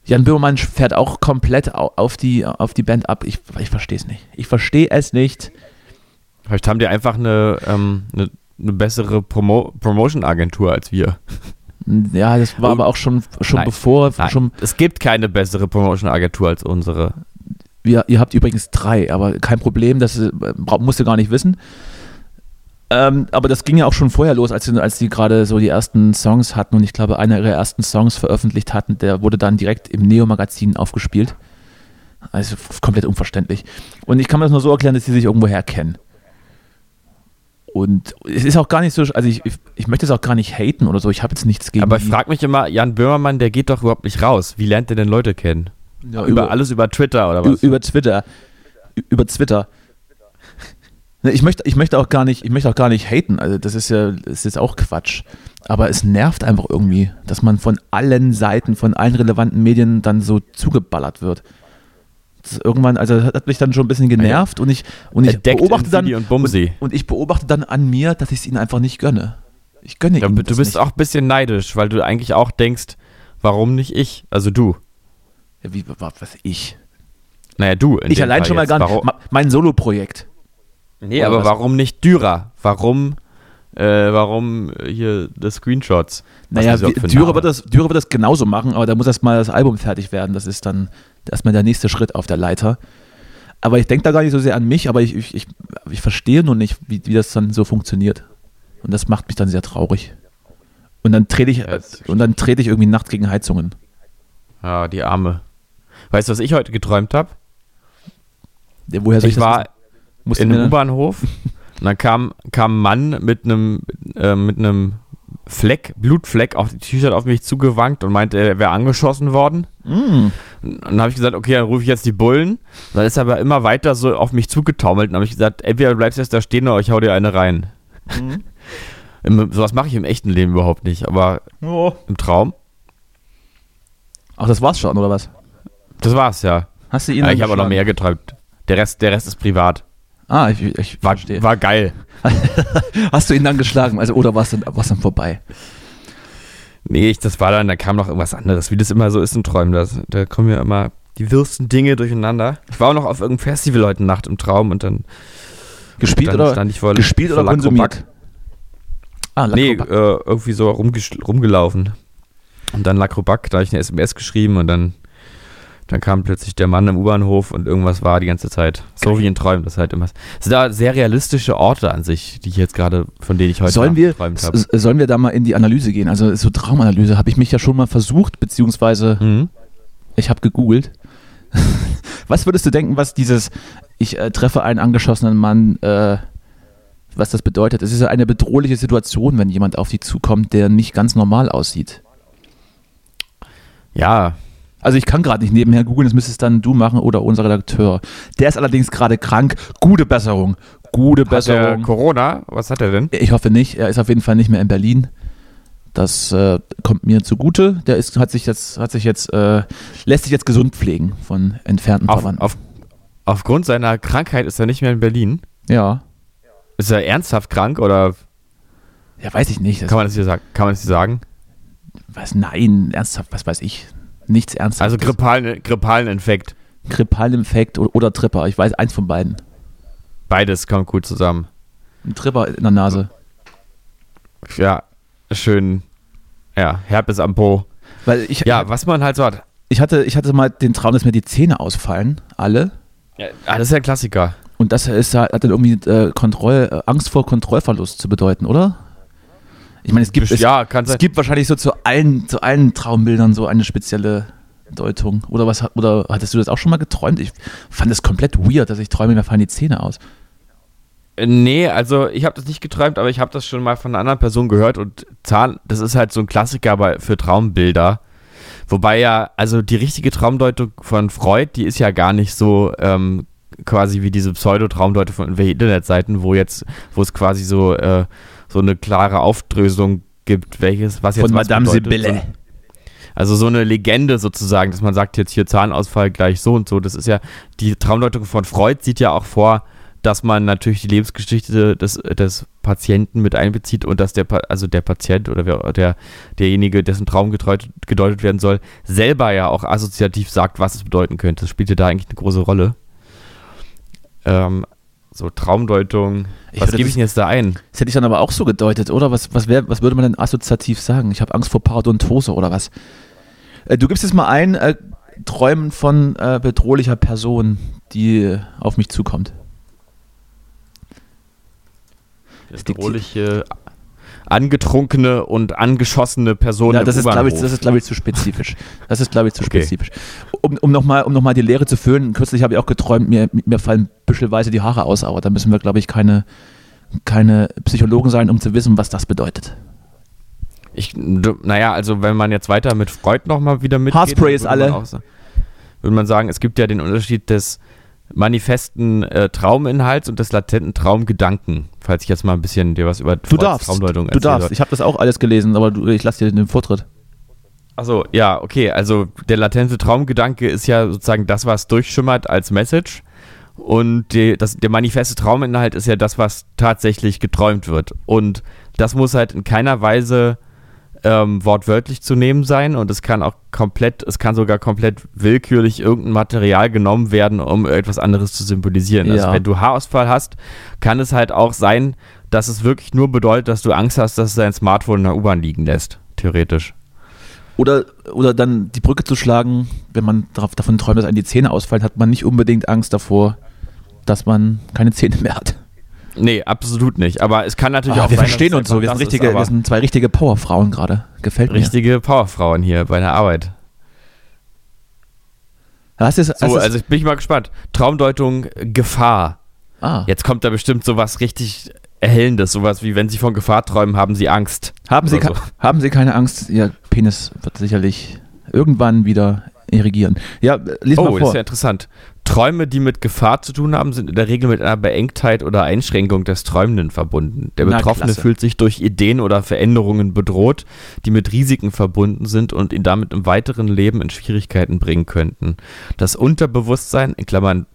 Speaker 1: Jan Böhmermann fährt auch komplett au- auf die, auf die Band ab. Ich, ich verstehe es nicht. Ich verstehe es nicht.
Speaker 2: Vielleicht haben die einfach eine, ähm, eine, eine bessere Promo Promotion-Agentur als wir.
Speaker 1: Ja, das war
Speaker 2: Oh.
Speaker 1: aber auch schon, schon
Speaker 2: Nein.
Speaker 1: bevor. Schon,
Speaker 2: es gibt keine bessere Promotion-Agentur als unsere.
Speaker 1: Wir, ihr habt übrigens drei, aber kein Problem, das äh, bra- musst du gar nicht wissen. Ähm, aber das ging ja auch schon vorher los, als sie, als sie gerade so die ersten Songs hatten und ich glaube, einer ihrer ersten Songs veröffentlicht hatten, der wurde dann direkt im Neo-Magazin aufgespielt. Also f- komplett unverständlich. Und ich kann mir das nur so erklären, dass sie sich irgendwo herkennen. Und es ist auch gar nicht so, sch- also ich, ich, ich möchte es auch gar nicht haten oder so, ich habe jetzt nichts gegen
Speaker 2: Aber ich
Speaker 1: die-
Speaker 2: frage mich immer, Jan Böhmermann, der geht doch überhaupt nicht raus. Wie lernt der denn Leute kennen?
Speaker 1: ja,
Speaker 2: über, alles über Twitter oder was?
Speaker 1: Ü- Über Twitter. Ü- Über Twitter. Ne, Ich möchte, ich möchte auch gar nicht, ich möchte auch gar nicht haten. Also das ist ja, das ist jetzt auch Quatsch. Aber es nervt einfach irgendwie, dass man von allen Seiten, von allen relevanten Medien dann so zugeballert wird. Das ist irgendwann, also das hat mich dann schon ein bisschen genervt und ich und ich
Speaker 2: Entdeckt
Speaker 1: beobachte
Speaker 2: in
Speaker 1: dann
Speaker 2: Vidi und Bumsi.
Speaker 1: Und, und ich beobachte dann an mir, dass ich es ihnen einfach nicht gönne. Ich gönne
Speaker 2: ja,
Speaker 1: ihnen
Speaker 2: du
Speaker 1: das
Speaker 2: bist
Speaker 1: nicht.
Speaker 2: auch ein bisschen neidisch, weil du eigentlich auch denkst, warum nicht ich? Also du.
Speaker 1: Ja, wie wa- was ich?
Speaker 2: Naja, du. in
Speaker 1: Ich
Speaker 2: dem
Speaker 1: allein
Speaker 2: Fall
Speaker 1: schon mal
Speaker 2: jetzt.
Speaker 1: gar nicht.
Speaker 2: Warum,
Speaker 1: Ma- Mein Soloprojekt.
Speaker 2: nee,
Speaker 1: oder
Speaker 2: aber
Speaker 1: was?
Speaker 2: warum nicht Dürer? Warum, äh, warum äh, hier die Screenshots? Was
Speaker 1: Naja,
Speaker 2: ist überhaupt
Speaker 1: wie-
Speaker 2: für ein
Speaker 1: Dürer
Speaker 2: Name?
Speaker 1: wird, das, Dürer wird das genauso machen, aber da muss erst mal das Album fertig werden. Das ist dann erstmal der nächste Schritt auf der Leiter. Aber ich denke da gar nicht so sehr an mich, aber ich, ich, ich, ich verstehe nur nicht, wie, wie das dann so funktioniert. Und das macht mich dann sehr traurig. Und dann trete ich, äh,
Speaker 2: das
Speaker 1: und dann trete ich irgendwie Nacht gegen Heizungen.
Speaker 2: Ja, die Arme. Weißt du, was ich heute geträumt habe?
Speaker 1: Ja, Woher soll ich,
Speaker 2: Ich war
Speaker 1: das musst du
Speaker 2: in
Speaker 1: mir-
Speaker 2: einem U-Bahnhof und dann kam, kam ein Mann mit einem, äh, mit einem Fleck, Blutfleck auf die T-Shirt auf mich zugewankt und meinte, er wäre angeschossen worden.
Speaker 1: Mm.
Speaker 2: Und dann habe ich gesagt, okay, dann rufe ich jetzt die Bullen. Und dann ist er aber immer weiter so auf mich zugetaumelt und habe ich gesagt, entweder du bleibst jetzt da stehen oder ich hau dir eine rein.
Speaker 1: Mm.
Speaker 2: Im, sowas mache ich im echten Leben überhaupt nicht, aber im Traum,
Speaker 1: Ach, das war's schon, oder was?
Speaker 2: das war's ja.
Speaker 1: Hast du ihn
Speaker 2: ja
Speaker 1: dann
Speaker 2: ich habe auch noch
Speaker 1: geschlagen?
Speaker 2: mehr geträumt. Der Rest, der Rest ist privat.
Speaker 1: Ah, ich, ich
Speaker 2: War,
Speaker 1: verstehe.
Speaker 2: war geil.
Speaker 1: Hast du ihn dann geschlagen? Also, oder war es dann, war's dann vorbei?
Speaker 2: Nee, ich, das war dann, da kam noch irgendwas anderes, wie das immer so ist in Träumen. Das, da kommen ja immer die wirsten Dinge durcheinander. Ich war auch noch auf irgendeinem Festival heute Nacht im Traum und dann,
Speaker 1: Gespielt
Speaker 2: dann
Speaker 1: oder,
Speaker 2: stand ich vor,
Speaker 1: gespielt
Speaker 2: vor
Speaker 1: oder
Speaker 2: Lackobak.
Speaker 1: konsumiert? Ah,
Speaker 2: Nee, äh,
Speaker 1: Lackobak.
Speaker 2: irgendwie so rumges- rumgelaufen. Und dann Lakroback, da habe ich eine SMS geschrieben und dann, dann kam plötzlich der Mann im U-Bahnhof und irgendwas war die ganze Zeit. So wie in Träumen, das ist halt immer. Es sind da sehr realistische Orte an sich, die ich jetzt gerade, von denen ich heute
Speaker 1: sollen
Speaker 2: Abend
Speaker 1: wir,
Speaker 2: geträumt habe.
Speaker 1: s- sollen wir da mal in die Analyse gehen? Also so Traumanalyse habe ich mich ja schon mal versucht, beziehungsweise
Speaker 2: Mhm.
Speaker 1: ich habe gegoogelt. was würdest du denken, was dieses ich äh, treffe einen angeschossenen Mann, äh, was das bedeutet? Es ist ja eine bedrohliche Situation, wenn jemand auf dich zukommt, der nicht ganz normal aussieht.
Speaker 2: Ja,
Speaker 1: Also ich kann gerade nicht nebenher googeln, das müsstest dann du machen oder unser Redakteur. Der ist allerdings gerade krank. Gute Besserung. Gute
Speaker 2: hat der
Speaker 1: Besserung.
Speaker 2: Corona, was hat er denn?
Speaker 1: Ich hoffe nicht. Er ist auf jeden Fall nicht mehr in Berlin. Das äh, kommt mir zugute. Der ist, hat sich jetzt, hat sich jetzt, äh, lässt sich jetzt gesund pflegen von entfernten
Speaker 2: Auf,
Speaker 1: Verwandten.
Speaker 2: auf, aufgrund seiner Krankheit ist er nicht mehr in Berlin.
Speaker 1: ja.
Speaker 2: Ist er ernsthaft krank oder
Speaker 1: Ja, weiß ich nicht. Das,
Speaker 2: kann man das hier sagen? Kann man das hier sagen?
Speaker 1: was, nein, ernsthaft, was weiß ich. Nichts ernsthaft.
Speaker 2: Also grippalen, grippalen Infekt.
Speaker 1: grippalen Infekt oder, oder Tripper. Ich weiß eins von beiden.
Speaker 2: Beides kommt gut zusammen.
Speaker 1: Ein Tripper in der Nase.
Speaker 2: Ja, schön. Ja, Herpes am Po.
Speaker 1: Weil ich,
Speaker 2: Ja, was man halt so hat.
Speaker 1: ich hatte, ich hatte mal den Traum, dass mir die Zähne ausfallen, alle.
Speaker 2: Ah, das ist ja ein Klassiker.
Speaker 1: Und das ist, halt- hat dann irgendwie äh, Kontroll, äh, Angst vor Kontrollverlust zu bedeuten, oder? Ich meine, es gibt, es,
Speaker 2: ja, kann
Speaker 1: Es
Speaker 2: sein.
Speaker 1: gibt wahrscheinlich so zu allen, zu allen Traumbildern so eine spezielle Deutung. Oder was oder hattest du das auch schon mal geträumt? Ich fand es komplett weird, dass ich träume, mir fallen die Zähne aus.
Speaker 2: Nee, also ich habe das nicht geträumt, aber ich habe das schon mal von einer anderen Person gehört und Zahn, das ist halt so ein Klassiker bei, für Traumbilder. Wobei ja, also die richtige Traumdeutung von Freud, die ist ja gar nicht so ähm, quasi wie diese Pseudo-Traumdeutung von irgendwelchen Internetseiten, wo jetzt, wo es quasi so, äh, so eine klare Aufdröselung gibt, welches, was jetzt
Speaker 1: Von
Speaker 2: was
Speaker 1: Madame
Speaker 2: bedeutet.
Speaker 1: Sibylle.
Speaker 2: Also so eine Legende sozusagen, dass man sagt jetzt hier Zahnausfall gleich so und so. Das ist ja, die Traumdeutung von Freud sieht ja auch vor, dass man natürlich die Lebensgeschichte des, des Patienten mit einbezieht und dass der, Pa- also der Patient oder wer, der, derjenige, dessen Traum getreut, gedeutet werden soll, selber ja auch assoziativ sagt, was es bedeuten könnte. Das spielt ja da eigentlich eine große Rolle. Ähm, so Traumdeutung.
Speaker 1: Ich
Speaker 2: was
Speaker 1: würde
Speaker 2: gebe
Speaker 1: das-
Speaker 2: ich denn jetzt da ein?
Speaker 1: Das hätte ich dann aber auch so gedeutet, oder? Was, was, wär, was würde man denn assoziativ sagen? Ich habe Angst vor Parodontose oder was? Äh, Du gibst jetzt mal ein, äh, Träumen von äh, bedrohlicher Person, die äh, auf mich zukommt. gibt die-
Speaker 2: Bedrohliche, angetrunkene und angeschossene Person
Speaker 1: Ja,
Speaker 2: im
Speaker 1: das ist, glaube ich,
Speaker 2: U-Bahnhof.
Speaker 1: das ist, glaube ich, zu spezifisch. Das ist, glaube ich, zu
Speaker 2: Okay.
Speaker 1: spezifisch. Um, um nochmal um noch mal die Lehre zu füllen, kürzlich habe ich auch geträumt, mir, mir fallen büschelweise die Haare aus, aber da müssen wir, glaube ich, keine, keine Psychologen sein, um zu wissen, was das bedeutet.
Speaker 2: Ich, du- naja, also wenn man jetzt weiter mit Freud nochmal wieder mit.
Speaker 1: Haarsprays alle.
Speaker 2: Würde man sagen, es gibt ja den Unterschied des manifesten äh, Trauminhalts und des latenten Traumgedanken. Falls ich jetzt mal ein bisschen dir was über
Speaker 1: Du
Speaker 2: Freuds
Speaker 1: darfst.
Speaker 2: Traumdeutung
Speaker 1: Du darfst. Ich habe das auch alles gelesen, aber du, ich lasse dir den Vortritt.
Speaker 2: Achso, ja, okay. Also der latente Traumgedanke ist ja sozusagen das, was durchschimmert als Message. Und die, das, der manifeste Trauminhalt ist ja das, was tatsächlich geträumt wird. Und das muss halt in keiner Weise ähm, wortwörtlich zu nehmen sein. Und es kann auch komplett, es kann sogar komplett willkürlich irgendein Material genommen werden, um etwas anderes zu symbolisieren. Also
Speaker 1: Ja.
Speaker 2: wenn du Haarausfall hast, kann es halt auch sein, dass es wirklich nur bedeutet, dass du Angst hast, dass dein Smartphone in der U-Bahn liegen lässt. Theoretisch.
Speaker 1: Oder, oder dann die Brücke zu schlagen, wenn man darauf, davon träumt, dass einem die Zähne ausfallen, hat man nicht unbedingt Angst davor, dass man keine Zähne mehr hat.
Speaker 2: Nee, absolut nicht. Aber es kann natürlich
Speaker 1: Ah,
Speaker 2: auch
Speaker 1: wir
Speaker 2: sein,
Speaker 1: verstehen
Speaker 2: dass
Speaker 1: uns so. Wir
Speaker 2: das
Speaker 1: sind,
Speaker 2: ist,
Speaker 1: richtige,
Speaker 2: aber
Speaker 1: wir sind zwei richtige Powerfrauen gerade. Gefällt mir.
Speaker 2: richtige Powerfrauen hier bei der Arbeit.
Speaker 1: Hast du es, hast
Speaker 2: So,
Speaker 1: du es-
Speaker 2: also ich bin ich mal gespannt. Traumdeutung äh, Gefahr.
Speaker 1: ah.
Speaker 2: Jetzt kommt da bestimmt sowas richtig erhellendes, sowas wie wenn Sie von Gefahr träumen, haben Sie Angst.
Speaker 1: Haben Sie,
Speaker 2: Oder
Speaker 1: ke- haben Sie keine Angst, Ihr Penis wird sicherlich irgendwann wieder erigieren. Ja, äh, lies
Speaker 2: Oh,
Speaker 1: mal
Speaker 2: das ist
Speaker 1: vor.
Speaker 2: ja interessant. Träume, die mit Gefahr zu tun haben, sind in der Regel mit einer Beengtheit oder Einschränkung des Träumenden verbunden. Der
Speaker 1: Na,
Speaker 2: Betroffene
Speaker 1: klasse.
Speaker 2: fühlt sich durch Ideen oder Veränderungen bedroht, die mit Risiken verbunden sind und ihn damit im weiteren Leben in Schwierigkeiten bringen könnten. Das Unterbewusstsein, in Klammern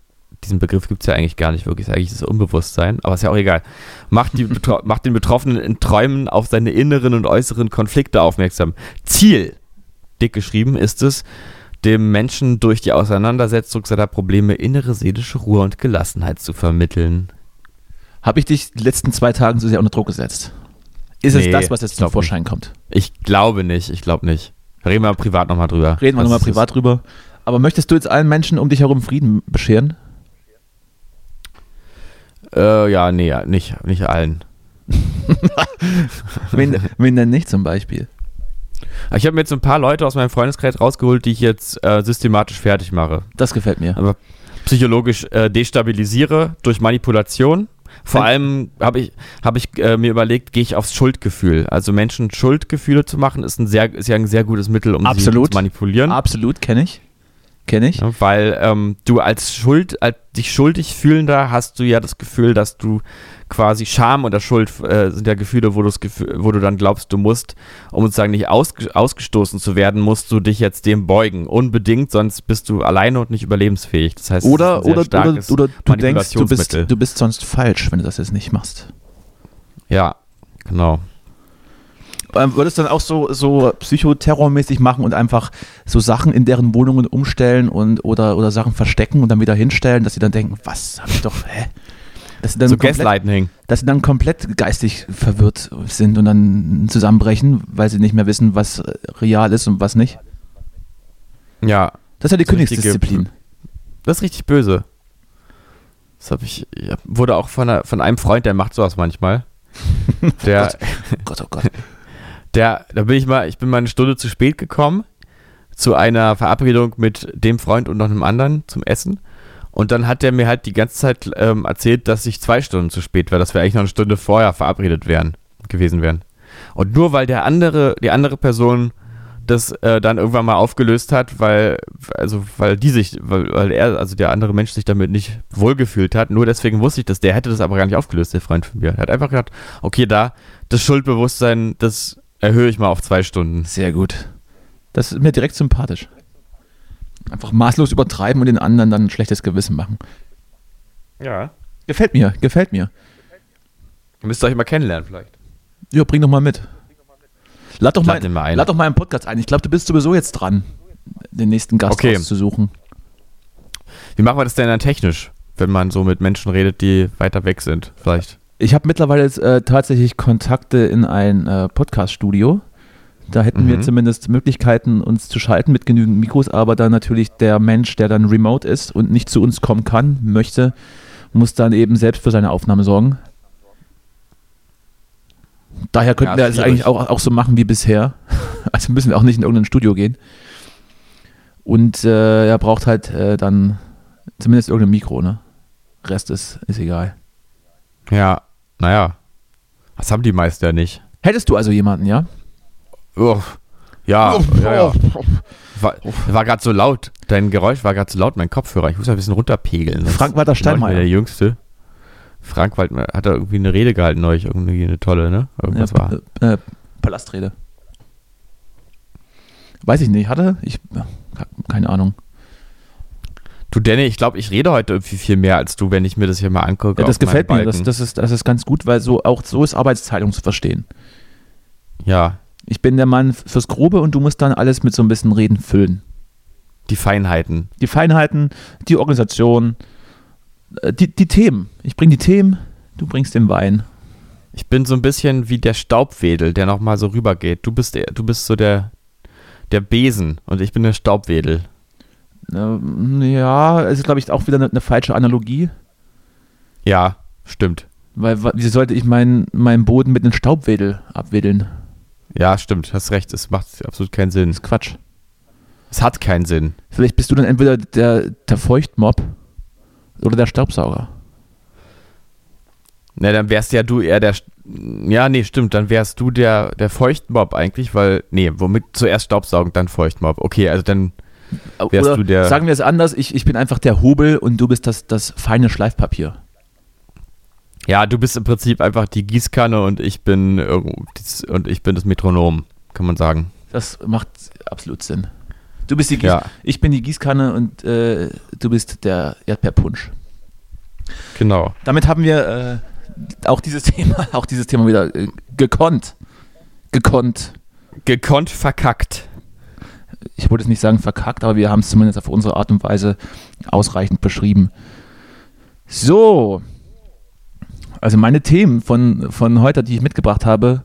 Speaker 2: diesen Begriff gibt es ja eigentlich gar nicht wirklich, eigentlich ist es Unbewusstsein, aber ist ja auch egal. Macht, die, Betro- macht den Betroffenen in Träumen auf seine inneren und äußeren Konflikte aufmerksam. Ziel, dick geschrieben, ist es, dem Menschen durch die Auseinandersetzung seiner Probleme innere seelische Ruhe und Gelassenheit zu vermitteln.
Speaker 1: Habe ich dich die letzten zwei Tagen so sehr unter Druck gesetzt? Ist
Speaker 2: Nee,
Speaker 1: es das, was jetzt zum
Speaker 2: glaub
Speaker 1: Vorschein kommt?
Speaker 2: Ich glaube nicht, ich glaube nicht. Reden wir privat nochmal drüber.
Speaker 1: Reden wir
Speaker 2: Was
Speaker 1: nochmal
Speaker 2: ist das?
Speaker 1: privat drüber. Aber möchtest du jetzt allen Menschen um dich herum Frieden bescheren?
Speaker 2: Äh, ja, nee, ja, nicht, nicht allen.
Speaker 1: Wen, wen denn nicht zum Beispiel?
Speaker 2: Ich habe mir jetzt ein paar Leute aus meinem Freundeskreis rausgeholt, die ich jetzt äh, systematisch fertig mache.
Speaker 1: Das gefällt mir.
Speaker 2: Aber psychologisch äh, destabilisiere durch Manipulation. Vor allem habe ich, hab ich äh, mir überlegt, gehe ich aufs Schuldgefühl. Also Menschen Schuldgefühle zu machen, ist, ein sehr, ist ja ein sehr gutes Mittel, um
Speaker 1: Absolut.
Speaker 2: sie zu manipulieren.
Speaker 1: Absolut, kenne ich. Kenne ich.
Speaker 2: Ja, weil ähm, du als Schuld, als dich schuldig fühlender hast du ja das Gefühl, dass du quasi Scham oder Schuld äh, sind ja Gefühle, wo du das Gefühl, wo du dann glaubst, du musst, um sozusagen nicht ausge ausgestoßen zu werden, musst du dich jetzt dem beugen. Unbedingt, sonst bist du alleine und nicht überlebensfähig. Das heißt, es
Speaker 1: Oder,
Speaker 2: ist ein sehr
Speaker 1: oder, oder,
Speaker 2: starkes
Speaker 1: oder du denkst, du bist,
Speaker 2: Manipulationsmittel.
Speaker 1: du bist sonst falsch, wenn du das jetzt nicht machst.
Speaker 2: Ja, genau.
Speaker 1: Ähm, Würdest du dann auch so, so psychoterrormäßig machen und einfach so Sachen in deren Wohnungen umstellen und oder, oder Sachen verstecken und dann wieder hinstellen, dass sie dann denken, was hab ich doch, hä? Dass sie, dann
Speaker 2: So
Speaker 1: komplett,
Speaker 2: Gaslighting.
Speaker 1: dass sie dann komplett geistig verwirrt sind und dann zusammenbrechen, weil sie nicht mehr wissen, was äh, real ist und was nicht.
Speaker 2: Ja,
Speaker 1: Das ist ja die
Speaker 2: So richtige-
Speaker 1: Königsdisziplin.
Speaker 2: das ist richtig böse. Das habe ich, ich hab, wurde auch von, einer, von einem Freund, der macht sowas manchmal. Der,
Speaker 1: Gott, oh Gott.
Speaker 2: Der, da bin ich mal, ich bin mal eine Stunde zu spät gekommen zu einer Verabredung mit dem Freund und noch einem anderen zum Essen. Und dann hat der mir halt die ganze Zeit ähm, erzählt, dass ich zwei Stunden zu spät war, dass wir eigentlich noch eine Stunde vorher verabredet wären, gewesen wären. Und nur weil der andere, die andere Person das äh, dann irgendwann mal aufgelöst hat, weil, also, weil die sich, weil, weil er, also der andere Mensch sich damit nicht wohlgefühlt hat, nur deswegen wusste ich das, der hätte das aber gar nicht aufgelöst, der Freund von mir. Er hat einfach gedacht, okay, da, das Schuldbewusstsein, das erhöhe ich mal auf zwei Stunden.
Speaker 1: Sehr gut. Das ist mir direkt sympathisch. Einfach maßlos übertreiben und den anderen dann ein schlechtes Gewissen machen.
Speaker 2: Ja.
Speaker 1: Gefällt mir, gefällt mir.
Speaker 2: Müsst ihr euch mal kennenlernen vielleicht.
Speaker 1: Ja, bring doch mal mit. Lad doch mal,
Speaker 2: Lad den mal ein.
Speaker 1: Lad doch mal einen Podcast ein. Ich glaube, du bist sowieso jetzt dran, den nächsten Gast
Speaker 2: Okay.
Speaker 1: auszusuchen.
Speaker 2: Wie machen wir das denn dann technisch, wenn man so mit Menschen redet, die weiter weg sind, vielleicht?
Speaker 1: Ich habe mittlerweile jetzt, äh, tatsächlich Kontakte in ein äh, Podcast-Studio. Da hätten wir
Speaker 2: Mhm.
Speaker 1: zumindest Möglichkeiten, uns zu schalten mit genügend Mikros, aber dann natürlich der Mensch, der dann remote ist und nicht zu uns kommen kann, möchte, muss dann eben selbst für seine Aufnahme sorgen. Daher könnten
Speaker 2: Ja,
Speaker 1: wir das
Speaker 2: schwierig.
Speaker 1: eigentlich auch, auch so machen wie bisher. Also müssen wir auch nicht in irgendein Studio gehen. Und äh, er braucht halt äh, dann zumindest irgendein Mikro, ne? Rest ist, ist egal.
Speaker 2: Ja, naja. Das haben die meisten ja nicht.
Speaker 1: Hättest du also jemanden, ja?
Speaker 2: Uff. Ja,
Speaker 1: Oh,
Speaker 2: ja, ja. War, war gerade so laut. Dein Geräusch war gerade so laut, mein Kopfhörer. Ich muss ein bisschen runterpegeln. sonst
Speaker 1: Frank-Walter
Speaker 2: bin ich nicht mehr
Speaker 1: Steinmeier.
Speaker 2: Der Jüngste. Frank Walter hat da irgendwie eine Rede gehalten neulich, irgendwie eine tolle, ne? Irgendwas
Speaker 1: Ja,
Speaker 2: war.
Speaker 1: Äh, äh, Palastrede. Weiß ich nicht, hatte ich ja, keine Ahnung.
Speaker 2: Du Danny, ich glaube, ich rede heute irgendwie viel mehr als du, wenn ich mir das hier mal angucke.
Speaker 1: Ja, das
Speaker 2: auf meinem
Speaker 1: gefällt mir,
Speaker 2: Balken.
Speaker 1: das, das, ist, das ist ganz gut, weil so auch so ist Arbeitsteilung zu verstehen.
Speaker 2: ja,
Speaker 1: Ich bin der Mann fürs Grobe und du musst dann alles mit so ein bisschen Reden füllen.
Speaker 2: die Feinheiten.
Speaker 1: Die Feinheiten, die Organisation, äh, die, die Themen. Ich bringe die Themen, du bringst den Wein.
Speaker 2: Ich bin so ein bisschen wie der Staubwedel, der nochmal so rübergeht. Du bist, der, du bist so der, der Besen und ich bin der Staubwedel.
Speaker 1: Ähm, ja, es ist, glaube ich, auch wieder eine, eine falsche Analogie.
Speaker 2: Ja, stimmt.
Speaker 1: Weil, wa- wie sollte ich meinen meinen Boden mit einem Staubwedel abwedeln?
Speaker 2: Ja, stimmt. Hast recht. Es macht absolut keinen Sinn.
Speaker 1: Das ist Quatsch.
Speaker 2: Es hat keinen Sinn.
Speaker 1: Vielleicht bist du dann entweder der, der Feuchtmob oder der Staubsauger.
Speaker 2: Na, dann wärst ja du eher der. St- Ja, nee, stimmt. Dann wärst du der, der Feuchtmob eigentlich, weil. Nee, womit zuerst Staubsaugen, dann Feuchtmob. Okay, also dann. Wärst
Speaker 1: oder
Speaker 2: du der-
Speaker 1: sagen wir es anders, ich, ich bin einfach der Hobel und du bist das, das feine Schleifpapier.
Speaker 2: Ja, du bist im Prinzip einfach die Gießkanne und ich bin irgend- dies- und ich bin das Metronom, kann man sagen.
Speaker 1: Das macht absolut Sinn. Du bist die Gieß
Speaker 2: Ja.
Speaker 1: Ich bin die Gießkanne und äh, du bist der Erdbeerpunsch.
Speaker 2: Genau.
Speaker 1: Damit haben wir äh, auch dieses Thema, auch dieses Thema wieder äh, gekonnt. Gekonnt.
Speaker 2: Gekonnt verkackt.
Speaker 1: Ich wollte es nicht sagen verkackt, aber wir haben es zumindest auf unsere Art und Weise ausreichend beschrieben. So. Also meine Themen von, von heute, die ich mitgebracht habe,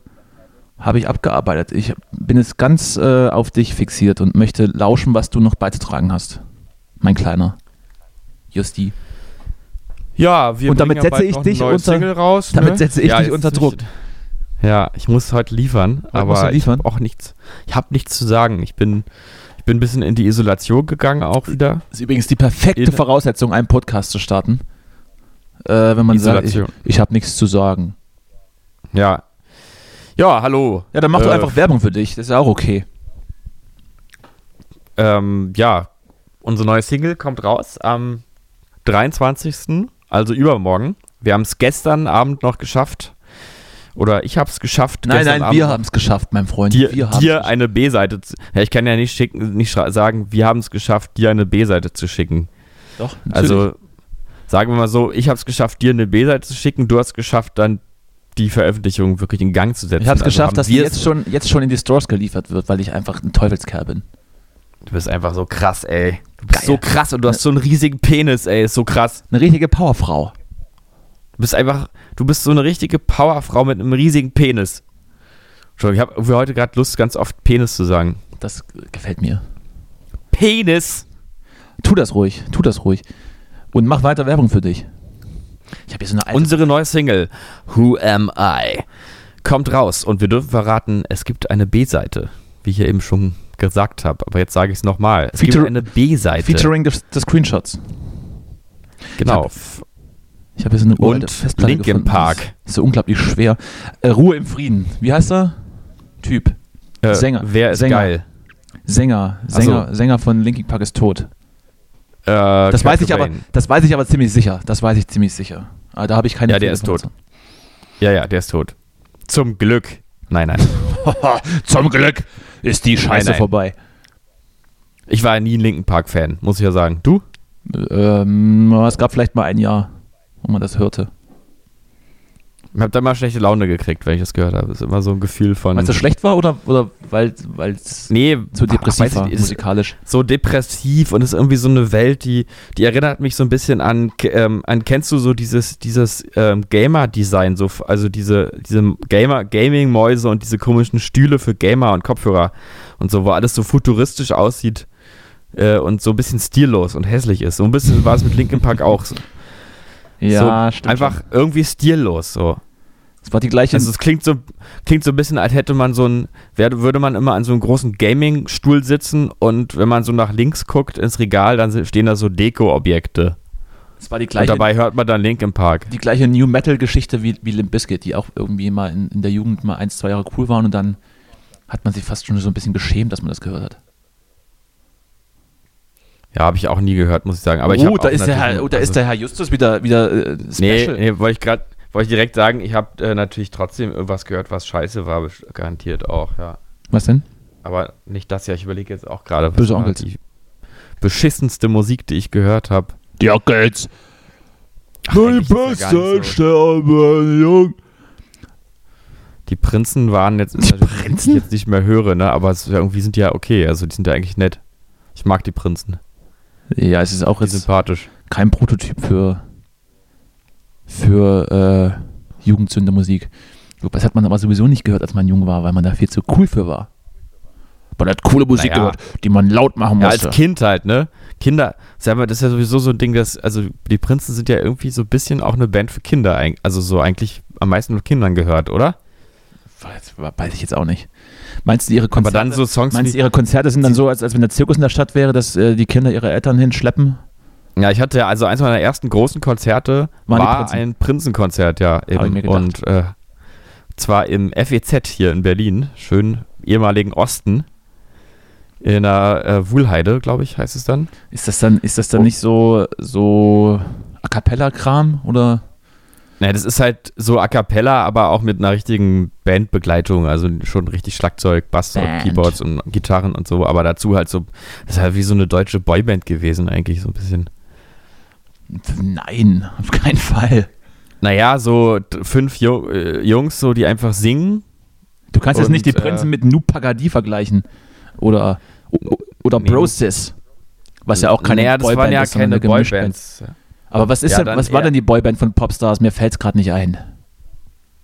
Speaker 1: habe ich abgearbeitet. Ich bin jetzt ganz äh, auf dich fixiert und möchte lauschen, was du noch beizutragen hast. Mein kleiner Justi.
Speaker 2: Ja, wir
Speaker 1: Und damit
Speaker 2: bringen ja
Speaker 1: setze
Speaker 2: bald
Speaker 1: ich
Speaker 2: noch
Speaker 1: dich
Speaker 2: ein neues
Speaker 1: unter-
Speaker 2: Single raus,
Speaker 1: damit
Speaker 2: ne?
Speaker 1: setze ich dich
Speaker 2: jetzt
Speaker 1: unter
Speaker 2: ist
Speaker 1: Druck.
Speaker 2: nicht- Ja, ich muss heute liefern,
Speaker 1: musst du
Speaker 2: aber
Speaker 1: liefern?
Speaker 2: ich habe auch nichts. Ich habe nichts zu sagen. Ich bin, ich bin ein bisschen in die Isolation gegangen auch wieder.
Speaker 1: Ist übrigens die perfekte
Speaker 2: In-
Speaker 1: Voraussetzung, einen Podcast zu starten. Äh, wenn man sagt,
Speaker 2: Isolation.
Speaker 1: ich, ich habe nichts zu sagen.
Speaker 2: Ja. Ja, hallo.
Speaker 1: Ja, dann mach
Speaker 2: Äh,
Speaker 1: doch einfach Werbung für dich. Das ist ja auch okay.
Speaker 2: ähm, ja, unsere neue Single kommt raus am 23., also übermorgen. Wir haben es gestern Abend noch geschafft. Oder ich habe es geschafft.
Speaker 1: Nein,
Speaker 2: gestern
Speaker 1: nein,
Speaker 2: Abend
Speaker 1: wir
Speaker 2: noch
Speaker 1: haben es geschafft, mein Freund.
Speaker 2: dir,
Speaker 1: wir haben's
Speaker 2: dir
Speaker 1: geschafft.
Speaker 2: eine B-Seite zu. Ja, ich kann ja nicht schicken, nicht schra- sagen, wir haben es geschafft, dir eine B-Seite zu schicken.
Speaker 1: Doch,
Speaker 2: Also sagen wir mal so, ich habe es geschafft, dir eine B-Seite zu schicken, du hast es geschafft, dann die Veröffentlichung wirklich in Gang zu setzen.
Speaker 1: ich habe es
Speaker 2: Also haben
Speaker 1: geschafft, dass die
Speaker 2: wir
Speaker 1: jetzt schon, jetzt schon in die Stores geliefert wird, weil ich einfach ein Teufelskerl bin.
Speaker 2: Du bist einfach so krass, ey. Du bist
Speaker 1: Geil.
Speaker 2: so krass und du hast so einen riesigen Penis, ey. Ist so krass.
Speaker 1: Eine richtige Powerfrau.
Speaker 2: Du bist einfach, du bist so eine richtige Powerfrau mit einem riesigen Penis. Entschuldigung, ich habe heute gerade Lust, ganz oft Penis zu sagen.
Speaker 1: Das gefällt mir.
Speaker 2: Penis!
Speaker 1: Tu das ruhig, tu das ruhig. Und mach weiter Werbung für dich. Ich habe hier so eine alte.
Speaker 2: Unsere neue Single, Who Am I, kommt raus und wir dürfen verraten, es gibt eine B-Seite, wie ich ja eben schon gesagt habe. Aber jetzt sage ich es nochmal. Es
Speaker 1: Feature-
Speaker 2: gibt eine B-Seite.
Speaker 1: Featuring des, des Screenshots.
Speaker 2: Genau.
Speaker 1: Ich habe hier so eine
Speaker 2: Und
Speaker 1: uralte Festplatte
Speaker 2: Linkin
Speaker 1: gefunden.
Speaker 2: Park.
Speaker 1: Das Ist so unglaublich schwer. Äh, Ruhe im Frieden. Wie heißt er? Typ.
Speaker 2: Äh,
Speaker 1: Sänger.
Speaker 2: Wer ist
Speaker 1: Sänger.
Speaker 2: geil?
Speaker 1: Sänger.
Speaker 2: Ach so.
Speaker 1: Sänger, Sänger von Linkin Park ist tot.
Speaker 2: Äh,
Speaker 1: Das
Speaker 2: Kurt
Speaker 1: weiß ich aber,
Speaker 2: Cobain.
Speaker 1: das weiß ich aber ziemlich sicher. Das weiß ich ziemlich sicher. Aber da habe ich keine
Speaker 2: Ja, der
Speaker 1: viele
Speaker 2: ist tot.
Speaker 1: Informationen.
Speaker 2: Ja, ja, der ist tot. Zum Glück. Nein, nein.
Speaker 1: Zum Glück ist die Scheiße
Speaker 2: Nein, nein.
Speaker 1: vorbei.
Speaker 2: Ich war ja nie ein Linken Park-Fan, muss ich ja sagen. Du?
Speaker 1: Ähm, aber es gab vielleicht mal ein Jahr, wo man das hörte.
Speaker 2: Ich habe da mal schlechte Laune gekriegt, wenn ich das gehört habe. Ist immer so ein Gefühl von.
Speaker 1: Weil es schlecht war oder, oder weil es
Speaker 2: nee,
Speaker 1: zu depressiv
Speaker 2: weiß ich
Speaker 1: war,
Speaker 2: nicht, ist
Speaker 1: musikalisch?
Speaker 2: so depressiv und ist irgendwie so eine Welt, die, die erinnert mich so ein bisschen an, k- ähm, an kennst du so dieses, dieses ähm, Gamer-Design, so, f- also diese, diese Gamer, Gaming-Mäuse und diese komischen Stühle für Gamer und Kopfhörer und so, wo alles so futuristisch aussieht äh, und so ein bisschen stillos und hässlich ist. So ein bisschen war es mit Linkin Park auch. So,
Speaker 1: Ja,
Speaker 2: so
Speaker 1: stimmt.
Speaker 2: Einfach
Speaker 1: schon.
Speaker 2: irgendwie stillos, so.
Speaker 1: Es war die gleiche.
Speaker 2: Also es klingt so, klingt so ein bisschen, als hätte man so ein, wär- würde man immer an so einem großen Gaming-Stuhl sitzen und wenn man so nach links guckt ins Regal, dann se- stehen da so Deko-Objekte.
Speaker 1: es war die
Speaker 2: Und
Speaker 1: gleiche.
Speaker 2: dabei hört man dann Link im Park.
Speaker 1: die gleiche New Metal-Geschichte wie, wie Limp Bizkit, die auch irgendwie mal in, in der Jugend mal ein, zwei Jahre cool waren und dann hat man sich fast schon so ein bisschen geschämt, dass man das gehört hat.
Speaker 2: Ja, habe ich auch nie gehört, muss ich sagen. Aber ich
Speaker 1: oh,
Speaker 2: hab
Speaker 1: da
Speaker 2: auch
Speaker 1: ist, der
Speaker 2: natürlich-
Speaker 1: Herr, oh, da ist
Speaker 2: also-
Speaker 1: der Herr Justus wieder, wieder äh,
Speaker 2: Nee,
Speaker 1: special.
Speaker 2: nee wollte ich gerade, wollte ich direkt sagen, ich habe äh, natürlich trotzdem irgendwas gehört, was scheiße war, best- garantiert auch, ja.
Speaker 1: Was denn?
Speaker 2: Aber nicht das ja, ich überlege jetzt auch gerade. was
Speaker 1: Böse
Speaker 2: war
Speaker 1: Onkels.
Speaker 2: Die beschissenste Musik, die ich gehört habe.
Speaker 1: Ja, geht's.
Speaker 2: Nein,
Speaker 1: sterben, Jung.
Speaker 2: Die Prinzen waren jetzt, also die Prinzen? jetzt nicht mehr höre, ne? Aber es, irgendwie sind die ja okay, also die sind ja eigentlich nett. Ich mag die Prinzen.
Speaker 1: Ja, es ist auch
Speaker 2: Die
Speaker 1: jetzt
Speaker 2: sind sympathisch.
Speaker 1: kein Prototyp für, für äh, Jugendsündermusik. Das hat man aber sowieso nicht gehört, als man jung war, weil man da viel zu cool für war. Man hat coole Musik
Speaker 2: Naja.
Speaker 1: gehört, die man laut machen
Speaker 2: Ja,
Speaker 1: musste.
Speaker 2: als Kind halt, ne? Kinder, sagen wir, das ist ja sowieso so ein Ding, dass, also die Prinzen sind ja irgendwie so ein bisschen auch eine Band für Kinder, eig- also so eigentlich am meisten von Kindern gehört, oder?
Speaker 1: Weiß, weiß ich jetzt auch nicht. Meinst du, ihre
Speaker 2: Aber
Speaker 1: Konzerte,
Speaker 2: dann so Songs
Speaker 1: meinst du,
Speaker 2: wie.
Speaker 1: ihre Konzerte sind dann so, als, als wenn der Zirkus in der Stadt wäre, dass äh, die Kinder ihre Eltern hinschleppen?
Speaker 2: Ja, ich hatte ja, also eins meiner ersten großen Konzerte
Speaker 1: Waren die
Speaker 2: war
Speaker 1: Prinzen?
Speaker 2: ein Prinzenkonzert, ja.
Speaker 1: ich mir gedacht.
Speaker 2: Und äh, zwar im FEZ hier in Berlin, schön ehemaligen Osten. In der äh, Wuhlheide, glaube ich, heißt es dann.
Speaker 1: Ist das dann, ist das dann
Speaker 2: Oh.
Speaker 1: nicht so, so A Cappella-Kram oder?
Speaker 2: Naja, das ist halt so a cappella, aber auch mit einer richtigen Bandbegleitung, also schon richtig Schlagzeug, Bass
Speaker 1: Band.
Speaker 2: und Keyboards und Gitarren und so, aber dazu halt so, das ist halt wie so eine deutsche Boyband gewesen eigentlich, so ein bisschen.
Speaker 1: Nein, auf keinen Fall.
Speaker 2: Naja, so d- fünf Ju äh, Jungs, so, die einfach singen.
Speaker 1: Du kannst jetzt
Speaker 2: Und,
Speaker 1: nicht die
Speaker 2: äh,
Speaker 1: Prinzen mit Noob Pagadi vergleichen. Oder, oder
Speaker 2: Nee.
Speaker 1: Process. Was ja auch keine
Speaker 2: naja, das
Speaker 1: Boyband
Speaker 2: waren ja
Speaker 1: ist, sondern
Speaker 2: keine
Speaker 1: eine gemischte Band.
Speaker 2: Boybands.
Speaker 1: Aber was, ist
Speaker 2: Ja,
Speaker 1: denn,
Speaker 2: dann
Speaker 1: was war
Speaker 2: eher-
Speaker 1: denn die Boyband von Popstars? Mir fällt es gerade nicht ein.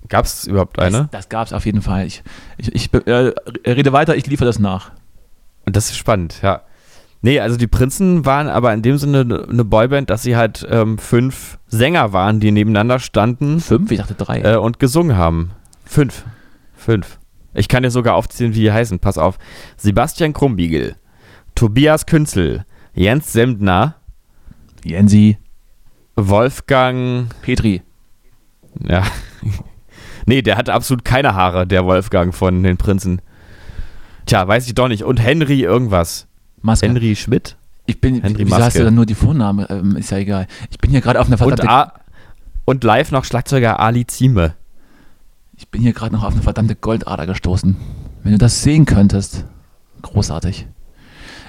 Speaker 2: Gab es überhaupt eine?
Speaker 1: Das, das gab es auf jeden Fall. Ich, ich, ich äh, rede weiter, ich liefere das nach.
Speaker 2: Und das ist spannend, ja. Nee, also die Prinzen waren aber in dem Sinne eine Boyband, dass sie halt ähm, fünf Sänger waren, die nebeneinander standen
Speaker 1: Fünf? Ich dachte drei.
Speaker 2: äh, und gesungen haben. Fünf. Fünf. Ich kann dir sogar aufzählen, wie die heißen. Pass auf. Sebastian Krumbiegel, Tobias Künzel, Jens Semdner,
Speaker 1: Jensi,
Speaker 2: Wolfgang.
Speaker 1: Petri.
Speaker 2: Ja. nee, der hatte absolut keine Haare, der Wolfgang von den Prinzen. Tja, weiß ich doch nicht. Und Henry irgendwas.
Speaker 1: Maske.
Speaker 2: Henry Schmidt?
Speaker 1: ich bin,
Speaker 2: Henry
Speaker 1: wieso hast
Speaker 2: Maske.
Speaker 1: du dann nur die Vornamen? Ähm, ist ja egal. Ich bin hier gerade auf einer
Speaker 2: Und,
Speaker 1: verdammten
Speaker 2: A und live noch Schlagzeuger Ali Zieme.
Speaker 1: Ich bin hier gerade noch auf eine verdammte Goldader gestoßen. Wenn du das sehen könntest. Großartig.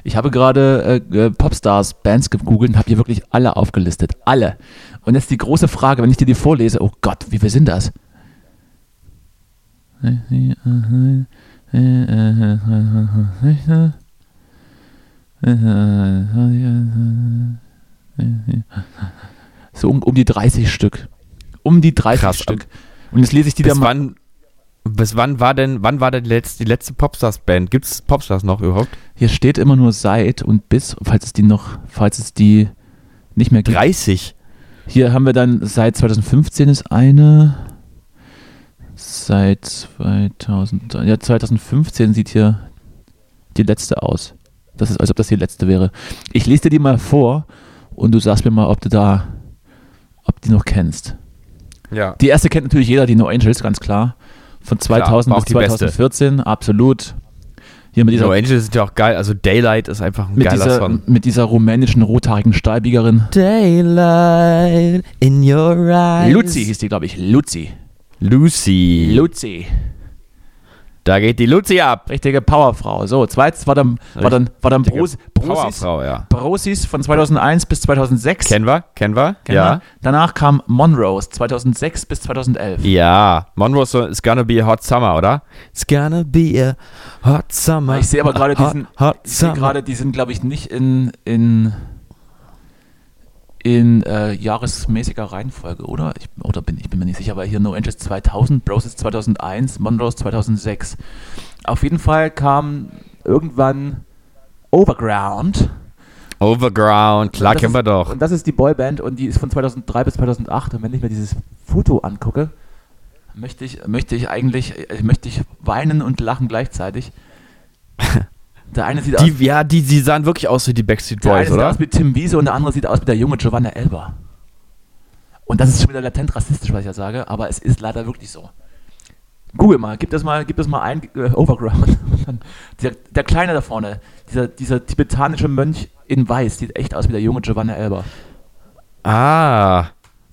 Speaker 1: Ich habe gerade äh, äh, Popstars Bands gegoogelt und habe hier wirklich alle aufgelistet. Alle. Und jetzt die große Frage, wenn ich dir die vorlese, oh Gott, wie viel sind das? So um, um die 30 Stück. Um die 30
Speaker 2: Krass.
Speaker 1: Stück. Und jetzt lese ich die da
Speaker 2: Bis
Speaker 1: mal.
Speaker 2: wann, bis wann war denn, wann war denn die letzte, die letzte Popstars-Band? Gibt es Popstars noch überhaupt?
Speaker 1: Hier steht immer nur seit und bis, falls es die noch, falls es die nicht mehr gibt.
Speaker 2: 30.
Speaker 1: Hier haben wir dann seit 2015 ist eine. Seit 2000, ja 2015 sieht hier die letzte aus. Das ist, als ob das die letzte wäre. Ich lese dir die mal vor und du sagst mir mal, ob du da, ob die noch kennst.
Speaker 2: Ja.
Speaker 1: Die erste kennt natürlich jeder, die No Angels, ganz klar. Von
Speaker 2: Klar, war
Speaker 1: 2000
Speaker 2: auch
Speaker 1: bis
Speaker 2: die beste.
Speaker 1: 2014, absolut. Hier mit dieser
Speaker 2: No Angels sind ja auch geil. Also Daylight ist einfach ein
Speaker 1: mit
Speaker 2: geiler
Speaker 1: dieser,
Speaker 2: Song.
Speaker 1: mit dieser rumänischen rothaarigen Stahlbiegerin.
Speaker 2: Daylight in your eyes.
Speaker 1: Luzi hieß die, glaube ich. Luzi.
Speaker 2: Lucy.
Speaker 1: Luzi.
Speaker 2: da geht die Lucy ab.
Speaker 1: Richtige Powerfrau. So, zweitens war dann, war dann, war dann Bros, Brosis,
Speaker 2: Powerfrau, ja.
Speaker 1: Brosis von 2001 bis 2006.
Speaker 2: Kennen wir? Kennen wir?
Speaker 1: Kennen wir? Danach kam Monrose 2006 bis 2011.
Speaker 2: Ja, Monroe so- is gonna be a hot summer, oder? It's gonna be a hot summer.
Speaker 1: Ich sehe aber gerade
Speaker 2: hot,
Speaker 1: diesen-
Speaker 2: Hot
Speaker 1: Ich sehe
Speaker 2: summer.
Speaker 1: gerade, die sind, glaube ich, nicht in, in, in äh, jahresmäßiger Reihenfolge, oder? Ich, oder bin ich bin mir nicht sicher, weil hier No Angels 2000, Bros ist 2001, Monroes 2006. Auf jeden Fall kam irgendwann Overground.
Speaker 2: Overground, klar
Speaker 1: Das
Speaker 2: kennen wir
Speaker 1: ist-
Speaker 2: doch.
Speaker 1: Und das ist die Boyband und die ist von 2003 bis 2008. Und wenn ich mir dieses Foto angucke, möchte ich, möchte ich eigentlich, äh, möchte ich weinen und lachen gleichzeitig. Der eine sieht aus
Speaker 2: Die, ja, die, die sahen wirklich aus wie die Backstreet
Speaker 1: Der eine
Speaker 2: Boys,
Speaker 1: sieht
Speaker 2: oder?
Speaker 1: aus wie Tim Wiese und der andere sieht aus wie der junge Giovanna Elber. Und das ist schon wieder latent rassistisch, was ich ja sage, aber es ist leider wirklich so. Google mal, gib das mal, gib das mal ein, äh, Overground. Und dann der, der Kleine da vorne, dieser, dieser tibetanische Mönch in Weiß, sieht echt aus wie der junge Giovanna Elber.
Speaker 2: Ah.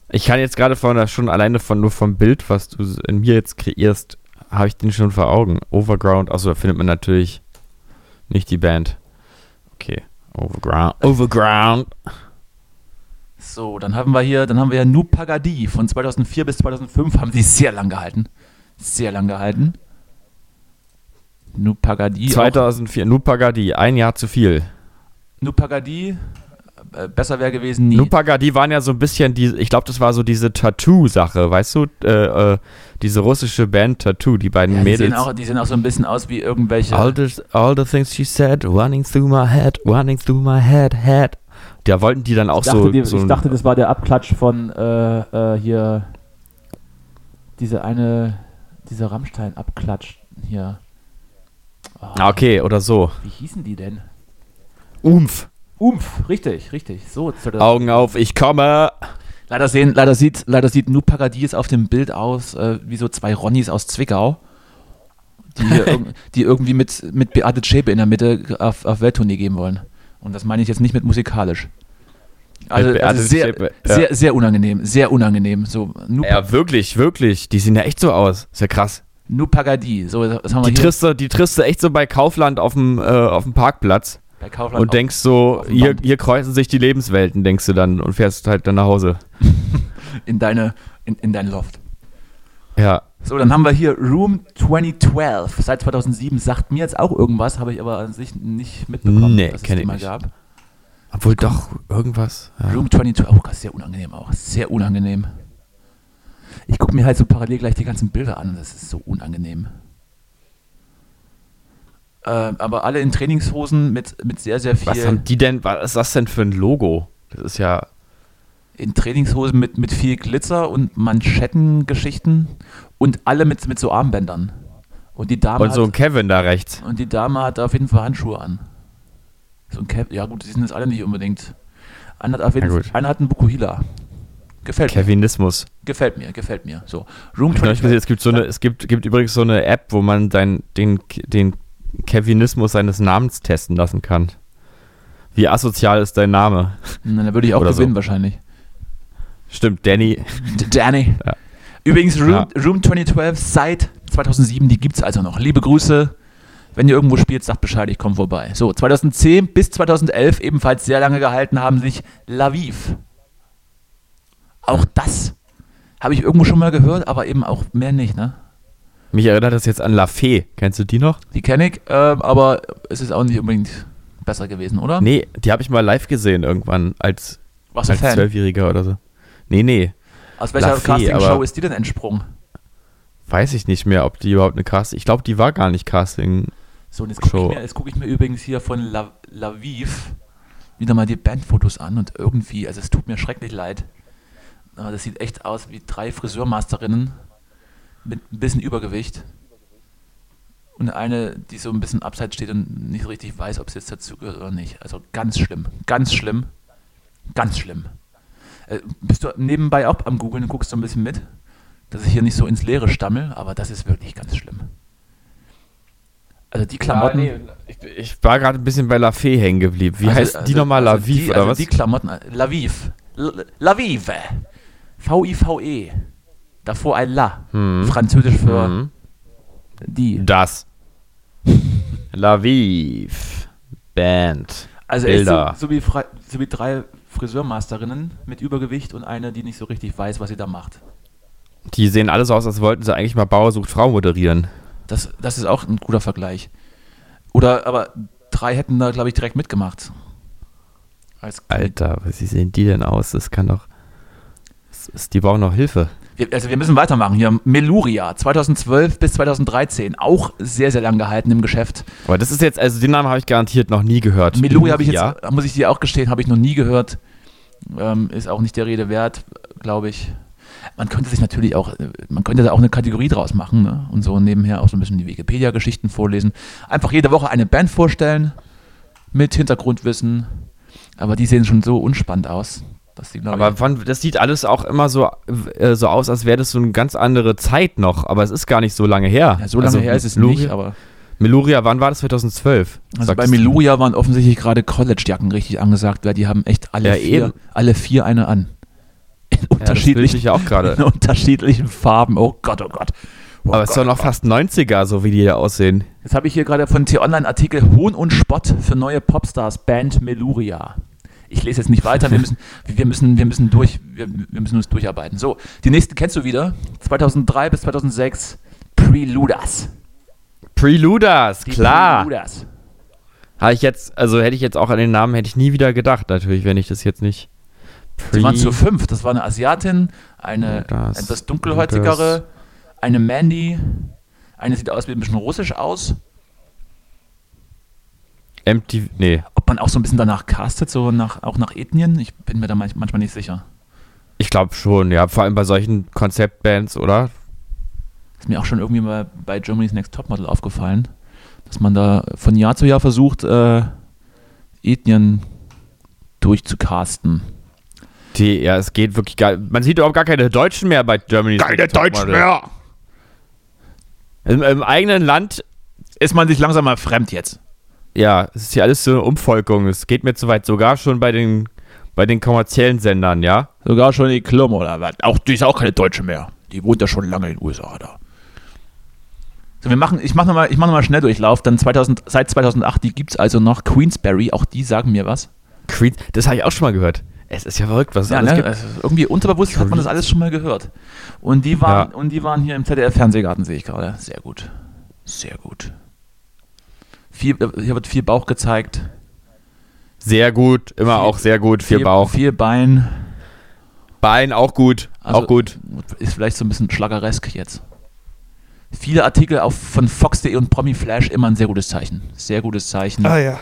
Speaker 2: Ich kann jetzt gerade von schon alleine von nur vom Bild, was du s- in mir jetzt kreierst, habe ich den schon vor Augen. Overground, also da findet man natürlich nicht die Band. Okay. Overground.
Speaker 1: Äh,
Speaker 2: Overground.
Speaker 1: So, dann haben wir hier, dann haben wir ja Nu Pagadi von 2004 bis 2005 haben sie sehr lang gehalten. Sehr lang gehalten. Nu Pagadi. auch-
Speaker 2: 2004, Nupagadi, ein Jahr zu viel.
Speaker 1: Nu Pagadi, äh, besser wäre gewesen nie.
Speaker 2: Lupaga, die waren ja so ein bisschen, die, ich glaube, das war so diese Tattoo-Sache, weißt du? Äh, äh, diese russische Band Tattoo, die beiden
Speaker 1: Ja, die,
Speaker 2: Mädels. Halt
Speaker 1: sehen auch, die sehen auch so ein bisschen aus wie irgendwelche.
Speaker 2: all, the, all the things she said, running through my head, running through my head, head. Da wollten die dann auch
Speaker 1: ich, dachte,
Speaker 2: so.
Speaker 1: die,
Speaker 2: so
Speaker 1: ich dachte, das war der Abklatsch von äh, äh, hier. Diese eine. Dieser Rammstein-Abklatsch hier. Ah,
Speaker 2: Ah, okay, oder so.
Speaker 1: Wie hießen die denn?
Speaker 2: Umf.
Speaker 1: Umf, richtig, richtig. So, so das-
Speaker 2: Augen auf, ich komme.
Speaker 1: leider, sehen, leider sieht, leider sieht Nu Pagadies auf dem Bild aus äh, wie so zwei Ronnies aus Zwickau, die, hier irg die irgendwie mit, mit Beate Zschäpe in der Mitte auf, auf Welttournee gehen wollen. Und das meine ich jetzt nicht mit musikalisch. Also,
Speaker 2: Beate
Speaker 1: also sehr,
Speaker 2: Zschäpe, ja.
Speaker 1: sehr, sehr unangenehm, sehr unangenehm. So, Nu,
Speaker 2: Ja, wirklich, wirklich. Die sehen ja echt so aus. Ist ja krass.
Speaker 1: nu Pagadi, so das haben wir
Speaker 2: Die
Speaker 1: hier.
Speaker 2: triffst du, die triffst du echt so bei Kaufland auf dem, äh, auf dem Parkplatz.
Speaker 1: Bei Kaufland
Speaker 2: und denkst so,
Speaker 1: auf dem
Speaker 2: hier,
Speaker 1: Band.
Speaker 2: hier kreuzen sich die Lebenswelten, denkst du dann und fährst halt dann nach Hause.
Speaker 1: in, deine, in, in dein Loft.
Speaker 2: Ja.
Speaker 1: So, dann haben wir hier Room 2012. Seit 2007 sagt mir jetzt auch irgendwas, habe ich aber an sich nicht mitbekommen,
Speaker 2: Nee,
Speaker 1: dass es
Speaker 2: kenn
Speaker 1: die
Speaker 2: ich
Speaker 1: mal
Speaker 2: nicht.
Speaker 1: gab.
Speaker 2: Obwohl doch irgendwas. Ja.
Speaker 1: Room 22, oh, Gott, sehr unangenehm auch. Sehr unangenehm. Ich gucke mir halt so parallel gleich die ganzen Bilder an. Das ist so unangenehm. Ähm, aber alle in Trainingshosen mit, mit sehr, sehr
Speaker 2: Was haben
Speaker 1: viel.
Speaker 2: die denn, was ist das denn für ein Logo? Das ist ja,
Speaker 1: In Trainingshosen mit, mit viel Glitzer und Manschettengeschichten. Und alle mit, mit so Armbändern. Und die Dame
Speaker 2: und so
Speaker 1: hat-
Speaker 2: ein Kevin da rechts.
Speaker 1: Und die Dame hat da auf jeden Fall Handschuhe an. So ein Cap. Ja, gut, die sind jetzt alle nicht unbedingt. Einer hat, auf jeden
Speaker 2: Na gut.
Speaker 1: einer hat einen Bukuhila. Gefällt mir.
Speaker 2: Kevinismus.
Speaker 1: Gefällt mir, gefällt mir. So. Room
Speaker 2: Ich hab neulich
Speaker 1: 22.
Speaker 2: gesehen, es gibt so eine, es gibt, gibt übrigens so eine App, wo man dein, den, den Kevinismus seines Namens testen lassen kann. Wie asozial ist dein Name?
Speaker 1: Na, da würde ich auch
Speaker 2: Oder so.
Speaker 1: gewinnen wahrscheinlich.
Speaker 2: Stimmt, Danny.
Speaker 1: D- Danny.
Speaker 2: Ja.
Speaker 1: Übrigens, Room,
Speaker 2: Ja.
Speaker 1: Room 2012 seit 2007, die gibt es also noch. Liebe Grüße. Wenn ihr irgendwo spielt, sagt Bescheid, ich komme vorbei. So, 2010 bis 2011 ebenfalls sehr lange gehalten haben sich Laviv. Auch das habe ich irgendwo schon mal gehört, aber eben auch mehr nicht, ne?
Speaker 2: Mich erinnert das jetzt an La Fee. Kennst du die noch?
Speaker 1: Die kenne ich, äh, aber es ist auch nicht unbedingt besser gewesen, oder?
Speaker 2: Nee, die habe ich mal live gesehen irgendwann als
Speaker 1: Warst du
Speaker 2: als
Speaker 1: Fan?
Speaker 2: Zwölfjähriger oder so. Nee, nee.
Speaker 1: Aus welcher
Speaker 2: La Fee,
Speaker 1: Castingshow
Speaker 2: aber-
Speaker 1: ist die denn entsprungen?
Speaker 2: Weiß ich nicht mehr, ob die überhaupt eine Casting. Ich glaube, die war gar nicht Casting.
Speaker 1: So, und jetzt gucke ich,
Speaker 2: Show.
Speaker 1: mir- jetzt guck ich mir übrigens hier von La- Laviv wieder mal die Bandfotos an und irgendwie, also es tut mir schrecklich leid. Aber das sieht echt aus wie drei Friseurmasterinnen mit ein bisschen Übergewicht. Und eine, die so ein bisschen abseits steht und nicht so richtig weiß, ob es jetzt dazugehört oder nicht. Also ganz schlimm, ganz schlimm, ganz schlimm. Äh, bist du nebenbei auch am Googlen und guckst so ein bisschen mit, dass ich hier nicht so ins Leere stammel, aber das ist wirklich ganz schlimm. Also die Klamotten.
Speaker 2: ich, ich war gerade ein bisschen bei La Fee hängen geblieben. Wie
Speaker 1: Also-
Speaker 2: heißt die
Speaker 1: also-
Speaker 2: nochmal?
Speaker 1: also
Speaker 2: La Vive
Speaker 1: die,
Speaker 2: oder
Speaker 1: also
Speaker 2: was?
Speaker 1: Die Klamotten, Laviv. Lavive. V-I-V-E. Davor ein La.
Speaker 2: Hm.
Speaker 1: Französisch für
Speaker 2: Mhm.
Speaker 1: die.
Speaker 2: Das. La Vive. Band.
Speaker 1: Also echt so,
Speaker 2: Bilder.
Speaker 1: so, wie Fra so wie drei Friseurmasterinnen mit Übergewicht und eine, die nicht so richtig weiß, was sie da macht.
Speaker 2: Die sehen alle so aus, als wollten sie eigentlich mal Bauer sucht Frau moderieren.
Speaker 1: Das, das ist auch ein guter Vergleich. Oder, aber drei hätten da, glaube ich, direkt mitgemacht. Als
Speaker 2: Alter, wie sehen die denn aus? Das kann doch. Das ist- Die brauchen noch Hilfe.
Speaker 1: Wir, also wir müssen weitermachen hier. Meluria, 2012 bis 2013, auch sehr, sehr lang gehalten im Geschäft.
Speaker 2: Aber das ist jetzt, also den Namen habe ich garantiert noch nie gehört.
Speaker 1: Meluria habe ich jetzt,
Speaker 2: Ja.
Speaker 1: muss ich dir auch gestehen, habe ich noch nie gehört. Ähm, ist auch nicht der Rede wert, glaube ich. Man könnte sich natürlich auch, äh, man könnte da auch eine Kategorie draus machen ne? und so nebenher auch so ein bisschen die Wikipedia-Geschichten vorlesen. Einfach jede Woche eine Band vorstellen mit Hintergrundwissen. Aber die sehen schon so unspannend aus, dass die, glaube ich,
Speaker 2: Aber wann, das sieht alles auch immer so, äh, so aus, als wäre das so eine ganz andere Zeit noch. Aber es ist gar nicht so lange her.
Speaker 1: ja, so lange
Speaker 2: Also
Speaker 1: her ist es
Speaker 2: Meluria-
Speaker 1: nicht, aber.
Speaker 2: Meluria, wann war das? 2012?
Speaker 1: Also
Speaker 2: Sagst
Speaker 1: bei
Speaker 2: du?
Speaker 1: Meluria waren offensichtlich gerade College-Jacken richtig angesagt, weil die haben echt alle,
Speaker 2: Ja,
Speaker 1: vier,
Speaker 2: eben.
Speaker 1: alle vier eine an. In
Speaker 2: Ja, das bilde ich
Speaker 1: unterschiedlichen,
Speaker 2: ja auch
Speaker 1: in
Speaker 2: gerade.
Speaker 1: unterschiedlichen Farben. Oh Gott, oh Gott. Genau. Oh
Speaker 2: Aber es ist doch
Speaker 1: Gott.
Speaker 2: noch fast 90er, so wie die da aussehen.
Speaker 1: Jetzt habe ich hier gerade von T-Online-Artikel Hohn und Spott für neue Popstars Band Meluria. Ich lese jetzt nicht weiter, wir müssen, wir müssen, wir müssen durch, wir, wir müssen uns durcharbeiten. So, die nächsten kennst du wieder. 2003 bis 2006 Preluders.
Speaker 2: Preluders,
Speaker 1: Die
Speaker 2: klar.
Speaker 1: Preluders.
Speaker 2: Habe ich jetzt, also hätte ich jetzt auch an den Namen, hätte ich nie wieder gedacht, natürlich, wenn ich das jetzt nicht.
Speaker 1: Die
Speaker 2: Pre-
Speaker 1: waren zu fünf. Das war eine Asiatin, eine
Speaker 2: Das-
Speaker 1: etwas dunkelhäutigere, eine Mandy, eine sieht aus wie ein bisschen russisch aus.
Speaker 2: MTV, nee.
Speaker 1: Ob man auch so ein bisschen danach castet, so nach, auch nach Ethnien, ich bin mir da manch- manchmal nicht sicher.
Speaker 2: Ich glaube schon, ja. Vor allem bei solchen Konzeptbands, oder?
Speaker 1: Ist mir auch schon irgendwie mal bei Germany's Next Topmodel aufgefallen, dass man da von Jahr zu Jahr versucht, äh, Ethnien durchzucasten.
Speaker 2: Die, ja, es geht wirklich gar. Man sieht überhaupt gar keine Deutschen mehr bei Germany. Keine Deutschen mehr! Im, Im eigenen Land,
Speaker 1: Ist man sich langsam mal fremd jetzt?
Speaker 2: ja, es ist ja alles so eine Umvolkung. Es geht mir zu weit. Sogar schon bei den, bei den kommerziellen Sendern, ja.
Speaker 1: Sogar schon die Klum oder was? Auch, die ist auch keine Deutsche mehr. Die wohnt ja schon lange in den USA da. So, wir machen, ich mache nochmal mach noch mal Schnelldurchlauf, dann 2000, seit 2008, die gibt es also noch. Queensberry, auch die sagen mir was.
Speaker 2: Queen, das habe ich auch schon mal gehört. Es ist ja verrückt, was es alles gibt.
Speaker 1: Also irgendwie unterbewusst hat man das alles schon mal gehört. Und die waren,
Speaker 2: Ja.
Speaker 1: und die waren hier im ZDF-Fernsehgarten, sehe ich gerade. Sehr gut. Sehr gut. Viel, äh, hier wird viel Bauch gezeigt.
Speaker 2: Sehr gut, immer
Speaker 1: Viel-
Speaker 2: auch sehr gut. Viel, Bauch.
Speaker 1: Viel Bein.
Speaker 2: Bein auch gut,
Speaker 1: Also-
Speaker 2: auch gut.
Speaker 1: Ist vielleicht so ein bisschen schlageresk jetzt. Viele Artikel auf, von Fox.de und Promi Flash immer ein sehr gutes Zeichen. Sehr gutes Zeichen.
Speaker 3: Ah ja.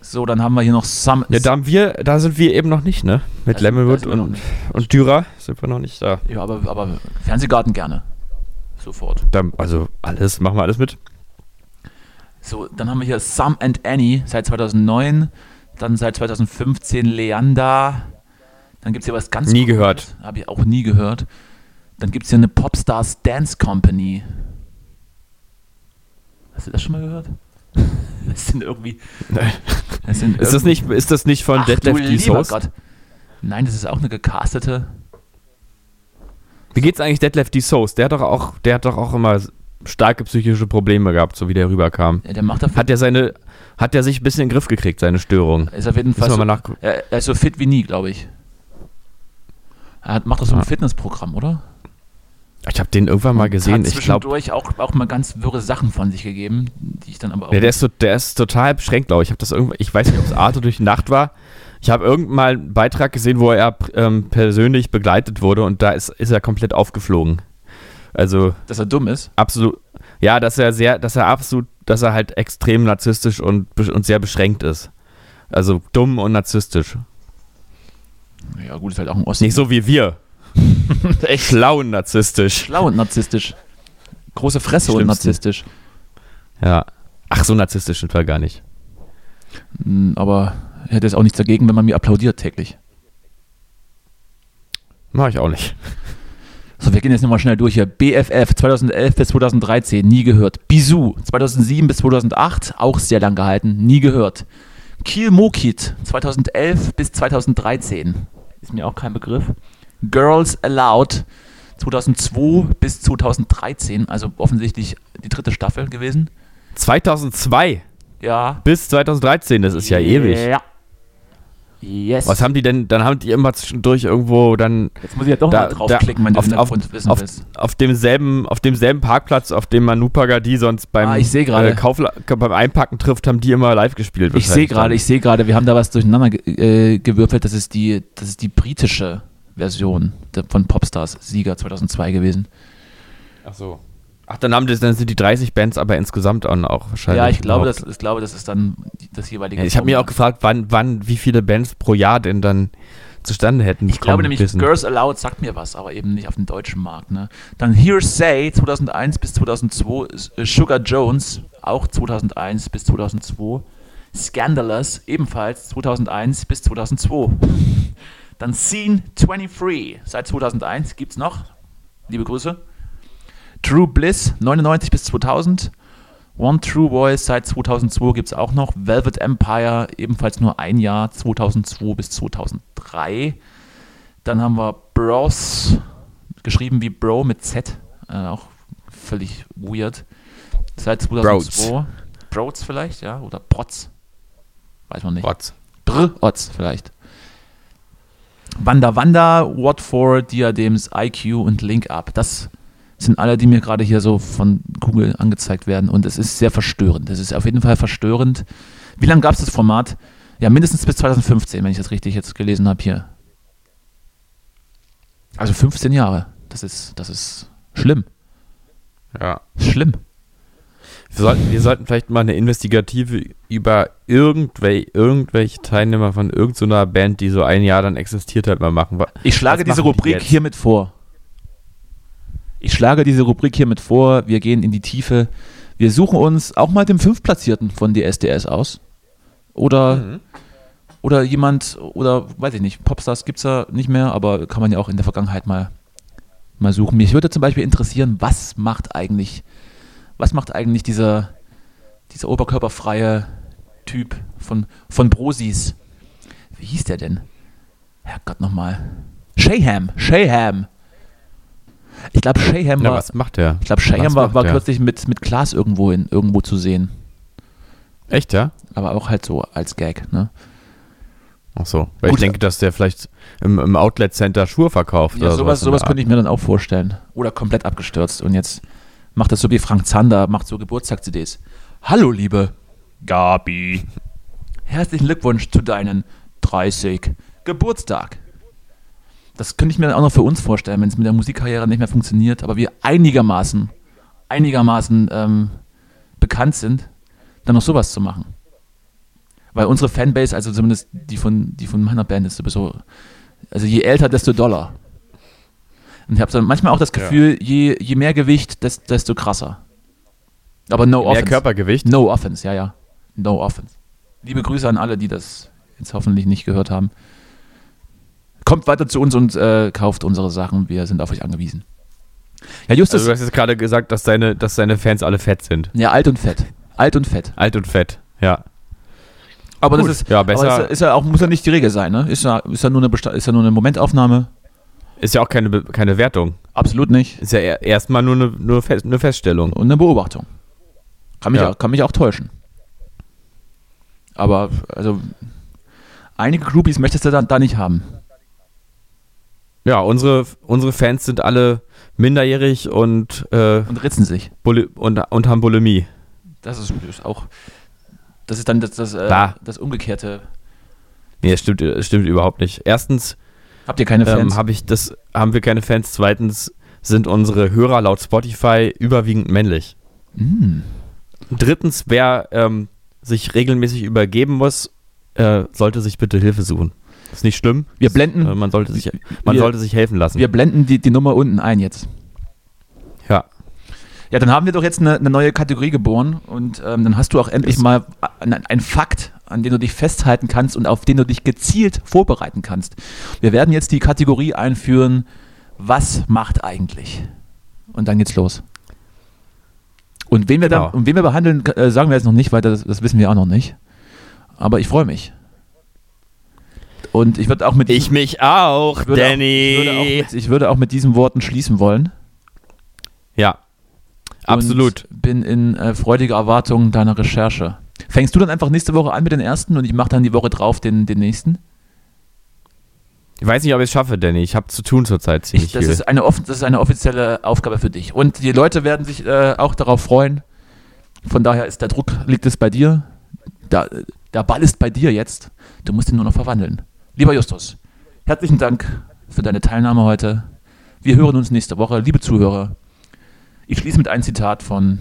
Speaker 1: So, dann haben wir hier noch Sam.
Speaker 2: Ja, da, haben wir, da sind wir eben noch nicht, ne? Mit
Speaker 1: Also, Da sind- da
Speaker 2: Lemonwood
Speaker 1: sind wir noch
Speaker 2: und,
Speaker 1: nicht.
Speaker 2: und Dürer sind wir noch nicht da.
Speaker 1: ja aber, aber Fernsehgarten gerne. Sofort.
Speaker 2: da. Also alles, machen wir alles mit.
Speaker 1: So, dann haben wir hier Sam and Annie seit 2009, dann seit 2015 Leander, dann gibt es hier was ganz
Speaker 2: Nie
Speaker 1: Cooles,
Speaker 2: gehört.
Speaker 1: Habe ich auch nie gehört. Dann gibt es hier eine Popstars Dance Company. Hast du das schon mal gehört? Das sind irgendwie. Das sind
Speaker 2: Ist das nicht, ist das nicht von
Speaker 1: Ach,
Speaker 2: Deadlift
Speaker 1: du lieber
Speaker 2: D-Source?
Speaker 1: Gott. Nein, das ist auch eine gecastete.
Speaker 2: Wie geht's eigentlich Deadlift D-Source? Der hat doch auch, der hat doch auch immer starke psychische Probleme gehabt, so wie der rüberkam.
Speaker 1: Ja, Der macht dafür.
Speaker 2: Hat der seine, hat der sich ein bisschen in den Griff gekriegt, seine Störung?
Speaker 1: Ist auf jeden Fall.
Speaker 2: Müssen wir
Speaker 1: So,
Speaker 2: mal nachgucken.
Speaker 1: er, er ist so fit wie nie, glaube ich. Er hat, macht doch so ein
Speaker 2: Ja.
Speaker 1: Fitnessprogramm, oder?
Speaker 2: Ich habe den irgendwann mal gesehen.
Speaker 1: hat
Speaker 2: Ich glaube,
Speaker 1: zwischendurch auch, auch mal ganz wirre Sachen von sich gegeben, die ich dann aber auch.
Speaker 2: Ja, der, ist so, der ist total beschränkt, glaube ich. Ich, hab das irgendwann, ich weiß nicht, ob es Arte durch die Nacht war. Ich habe irgendwann mal einen Beitrag gesehen, wo er ähm, persönlich begleitet wurde und da ist, ist er komplett aufgeflogen. Also
Speaker 1: dass er dumm ist.
Speaker 2: absolut, ja, dass er sehr, dass er absolut, dass er halt extrem narzisstisch und, besch- und sehr beschränkt ist. Also dumm und narzisstisch.
Speaker 1: Ja, gut, ist halt auch ein Ossi.
Speaker 2: Nicht so wie wir. Echt schlau und narzisstisch.
Speaker 1: schlau und narzisstisch. Große Fresse
Speaker 2: Die
Speaker 1: und
Speaker 2: Schlimmsten.
Speaker 1: narzisstisch.
Speaker 2: Ja. Ach, so narzisstisch sind wir gar nicht.
Speaker 1: Hm, Aber ich hätte jetzt auch nichts dagegen, wenn man mir applaudiert täglich.
Speaker 2: Mach ich auch nicht.
Speaker 1: So, wir gehen jetzt nochmal schnell durch hier. BFF 2011 bis 2013, nie gehört. Bisou 2007 bis 2008, auch sehr lang gehalten, nie gehört. Kiel Mokit 2011 bis 2013, ist mir auch kein Begriff. Girls Aloud 2002 bis 2013, also offensichtlich die dritte Staffel gewesen.
Speaker 2: 2002
Speaker 1: Ja.
Speaker 2: bis 2013, das ist ja ewig.
Speaker 1: Ja. Yes.
Speaker 2: Was haben die denn? Dann haben die immer zwischendurch irgendwo dann
Speaker 1: jetzt muss ich ja doch
Speaker 2: da,
Speaker 1: mal draufklicken,
Speaker 2: da,
Speaker 1: wenn du
Speaker 2: auf,
Speaker 1: den
Speaker 2: auf,
Speaker 1: Hintergrund wissen
Speaker 2: auf,
Speaker 1: willst.
Speaker 2: auf demselben auf demselben Parkplatz, auf dem Manu Pagadi sonst beim äh,
Speaker 1: Ah, ich sehe gerade.
Speaker 2: Kaufla beim Einpacken trifft, haben die immer live gespielt.
Speaker 1: Ich sehe
Speaker 2: wahrscheinlich
Speaker 1: gerade,
Speaker 2: dann.
Speaker 1: ich sehe gerade, wir haben da was durcheinander ge äh, gewürfelt. Das ist die, das ist die britische Version der- von Popstars Sieger 2002 gewesen.
Speaker 2: Ach so. Ach, dann haben das, dann sind die 30 Bands aber insgesamt auch, auch wahrscheinlich.
Speaker 1: ja, ich glaube,
Speaker 2: überhaupt.
Speaker 1: das, um ich glaube, das ist dann die- das jeweilige.
Speaker 2: Ja, ich habe mir auch
Speaker 1: Format.
Speaker 2: gefragt, wann wann wie viele Bands pro Jahr denn dann zustande hätten.
Speaker 1: ich glaube
Speaker 2: kommen
Speaker 1: nämlich,
Speaker 2: müssen.
Speaker 1: Girls Aloud sagt mir was, aber eben nicht auf dem deutschen Markt. Ne? Dann Hearsay 2001 bis 2002, äh, Sugar Jones auch 2001 bis 2002, Scandalous ebenfalls 2001 bis 2002. Dann Scene 23 seit 2001 gibt's noch, Liebe Grüße. True Bliss 99 bis 2000. One True Voice seit 2002 gibt es auch noch. Velvet Empire ebenfalls nur ein Jahr 2002 bis 2003. Dann haben wir Bros, geschrieben wie Bro mit Z, äh, auch völlig weird. Seit 2002. Bros, vielleicht, ja, oder Prots. Weiß man nicht.
Speaker 2: Rotz.
Speaker 1: Brr-Otz vielleicht. Wanda Wanda, What for, Diadems, IQ und Link Up. Das sind alle, die mir gerade hier so von Google angezeigt werden. Und es ist sehr verstörend. Es ist auf jeden Fall verstörend. Wie lange gab es das Format? Ja, mindestens bis 2015, wenn ich das richtig jetzt gelesen habe hier. Also 15 Jahre. Das ist, das ist schlimm.
Speaker 2: Ja.
Speaker 1: Schlimm.
Speaker 2: Wir sollten, wir sollten vielleicht mal eine Investigative über irgendwel, irgendwelche Teilnehmer von irgendeiner Band, die so ein Jahr dann existiert hat, mal machen. Wa-
Speaker 1: Ich schlage
Speaker 2: Was
Speaker 1: diese
Speaker 2: machen die
Speaker 1: Rubrik
Speaker 2: jetzt?
Speaker 1: hiermit vor. Ich schlage diese Rubrik hiermit vor. Wir gehen in die Tiefe. Wir suchen uns auch mal den Fünftplatzierten von DSDS aus. Oder,
Speaker 2: Mhm.
Speaker 1: oder jemand, oder weiß ich nicht, Popstars gibt es ja nicht mehr, aber kann man ja auch in der Vergangenheit mal, mal suchen. Mich würde zum Beispiel interessieren, was macht eigentlich, was macht eigentlich dieser, dieser oberkörperfreie Typ von, von Brosis? Wie hieß der denn? Herrgott nochmal. Shayham, Shayham. Ich glaube, Shayham
Speaker 2: Na,
Speaker 1: war,
Speaker 2: was macht der?
Speaker 1: ich glaub, Shayham
Speaker 2: was
Speaker 1: war,
Speaker 2: macht
Speaker 1: war
Speaker 2: der?
Speaker 1: kürzlich mit, mit Glas irgendwo, in, irgendwo zu sehen.
Speaker 2: Echt, ja?
Speaker 1: Aber auch halt so als Gag. Ne?
Speaker 2: Ach so. Weil
Speaker 1: Gut.
Speaker 2: ich denke, dass der vielleicht im, im Outlet Center Schuhe verkauft
Speaker 1: Ja,
Speaker 2: oder
Speaker 1: sowas
Speaker 2: in der
Speaker 1: sowas könnte ich mir dann auch vorstellen. Oder komplett abgestürzt. Und jetzt macht das so wie Frank Zander, macht so Geburtstag-CDs. Hallo, liebe Gabi. Herzlichen Glückwunsch zu deinen 30 Geburtstag. Das könnte ich mir dann auch noch für uns vorstellen, wenn es mit der Musikkarriere nicht mehr funktioniert, aber wir einigermaßen, einigermaßen ähm, bekannt sind, dann noch sowas zu machen. Weil unsere Fanbase, also zumindest die von, die von meiner Band, ist sowieso, also je älter, desto doller. Und ich habe dann manchmal auch das Gefühl, je, je mehr Gewicht, des- desto krasser. Aber no
Speaker 2: Mehr
Speaker 1: offense.
Speaker 2: Körpergewicht.
Speaker 1: No offense, ja, ja. No offense. Liebe Grüße an alle, die das jetzt hoffentlich nicht gehört haben. Kommt weiter zu uns und äh, kauft unsere Sachen. Wir sind auf euch angewiesen. Ja, Justus,
Speaker 2: Also du hast jetzt gerade gesagt, dass deine, dass deine Fans alle fett sind.
Speaker 1: ja, alt und fett. Alt und fett.
Speaker 2: Alt und fett, ja.
Speaker 1: Aber
Speaker 2: Gut,
Speaker 1: das ist,
Speaker 2: ja, besser-
Speaker 1: aber ist, ist ja auch, muss ja nicht die Regel sein, ne? Ist ja, ist ja, nur, eine Besta ist ja nur eine Momentaufnahme.
Speaker 2: Ist ja auch keine, Be- keine Wertung.
Speaker 1: Absolut nicht.
Speaker 2: Ist ja e- erstmal nur eine, nur Fe- eine Feststellung.
Speaker 1: Und eine Beobachtung. Kann mich,
Speaker 2: Ja.
Speaker 1: auch, kann mich auch täuschen. Aber, also, einige Groupies möchtest du da, da nicht haben.
Speaker 2: Ja, unsere, unsere Fans sind alle minderjährig und, äh,
Speaker 1: Und ritzen sich.
Speaker 2: Buli- und, und haben Bulimie.
Speaker 1: Das ist, ist auch. Das ist dann das, das, äh,
Speaker 2: Da.
Speaker 1: das Umgekehrte.
Speaker 2: Nee, das stimmt, das stimmt überhaupt nicht. Erstens
Speaker 1: Habt ihr keine Fans?
Speaker 2: ähm, hab ich das, haben wir keine Fans. Zweitens sind unsere Hörer laut Spotify überwiegend männlich.
Speaker 1: Mm.
Speaker 2: Drittens, wer ähm, sich regelmäßig übergeben muss, äh, sollte sich bitte Hilfe suchen. Ist nicht schlimm.
Speaker 1: Wir blenden-
Speaker 2: Äh, man sollte sich, man
Speaker 1: wir-
Speaker 2: sollte sich helfen lassen.
Speaker 1: Wir blenden die, die Nummer unten ein jetzt.
Speaker 2: ja.
Speaker 1: Ja, dann haben wir doch jetzt eine, eine neue Kategorie geboren und ähm, dann hast du auch endlich mal ein, ein Fakt, an den du dich festhalten kannst und auf den du dich gezielt vorbereiten kannst. Wir werden jetzt die Kategorie einführen, was macht eigentlich? Und dann geht's los. Und wen wir,
Speaker 2: Genau.
Speaker 1: da, und wen wir behandeln, äh, sagen wir jetzt noch nicht, weil das, das wissen wir auch noch nicht. Aber ich freue mich. Und ich würde auch mit
Speaker 2: Ich mich auch,
Speaker 1: ich würde
Speaker 2: Danny.
Speaker 1: Auch, ich, würde auch mit, ich würde auch mit diesen Worten schließen wollen.
Speaker 2: ja. Absolut.
Speaker 1: Und bin in äh, freudiger Erwartung deiner Recherche. Fängst du dann einfach nächste Woche an mit den ersten und ich mache dann die Woche drauf den, den nächsten?
Speaker 2: Ich weiß nicht, ob ich es schaffe, Danny. Ich habe zu tun zurzeit ziemlich
Speaker 1: das,
Speaker 2: viel.
Speaker 1: ist eine offen, das ist eine offizielle Aufgabe für dich. Und die Leute werden sich äh, auch darauf freuen. Von daher ist der Druck, liegt es bei dir. Da, der Ball ist bei dir jetzt. Du musst ihn nur noch verwandeln. Lieber Justus, herzlichen Dank für deine Teilnahme heute. Wir hören uns nächste Woche. Liebe Zuhörer, ich schließe mit einem Zitat von,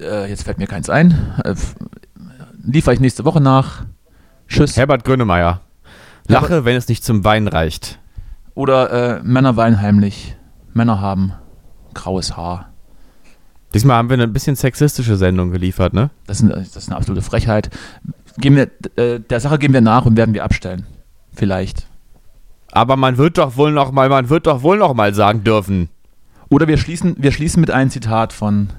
Speaker 1: äh, jetzt fällt mir keins ein, äh, f- liefere ich nächste Woche nach. Tschüss.
Speaker 2: Herbert Grönemeyer. Lache, wenn es nicht zum Wein reicht.
Speaker 1: Oder äh, Männer weinen heimlich. Männer haben graues Haar.
Speaker 2: Diesmal haben wir eine ein bisschen sexistische Sendung geliefert, ne?
Speaker 1: Das ist eine, das ist eine absolute Frechheit. Gehen wir, äh, der Sache gehen wir nach und werden wir abstellen. Vielleicht.
Speaker 2: Aber man wird doch wohl noch mal, man wird doch wohl noch mal sagen dürfen.
Speaker 1: Oder wir schließen, wir schließen mit einem Zitat von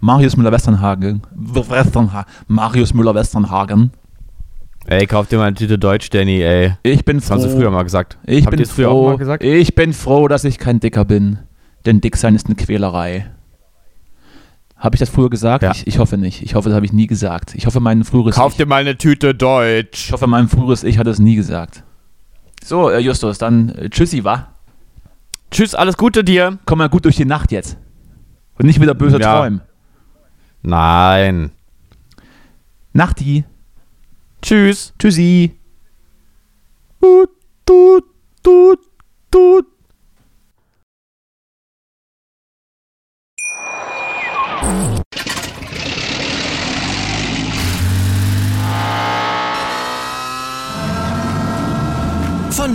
Speaker 1: Marius Müller-Westernhagen. Westernha Marius Müller-Westernhagen.
Speaker 2: Ey, kauf dir mal eine Tüte Deutsch, Danny, ey.
Speaker 1: Ich bin
Speaker 2: Das haben sie früher
Speaker 1: froh.
Speaker 2: mal gesagt.
Speaker 1: Oh. Ich
Speaker 2: Habt
Speaker 1: bin
Speaker 2: ihr es früher auch
Speaker 1: froh,
Speaker 2: mal gesagt?
Speaker 1: ich bin froh, dass ich kein Dicker bin. Denn dick sein ist eine Quälerei. Habe ich das früher gesagt?
Speaker 2: Ja.
Speaker 1: Ich, ich hoffe nicht. Ich hoffe, das habe ich nie gesagt. Ich hoffe, mein früheres
Speaker 2: Kauf
Speaker 1: Ich-
Speaker 2: dir mal eine Tüte Deutsch.
Speaker 1: Ich hoffe, mein früheres Ich hat es nie gesagt. So, äh, Justus, dann äh, tschüssi, wa?
Speaker 2: Tschüss, alles Gute dir.
Speaker 1: Komm mal gut durch die Nacht jetzt. Und nicht wieder böse
Speaker 2: Ja.
Speaker 1: träumen.
Speaker 2: Nein.
Speaker 1: Nachti.
Speaker 2: Tschüss.
Speaker 1: Tschüssi.
Speaker 2: Tut, tut, tut, tut.
Speaker 4: Von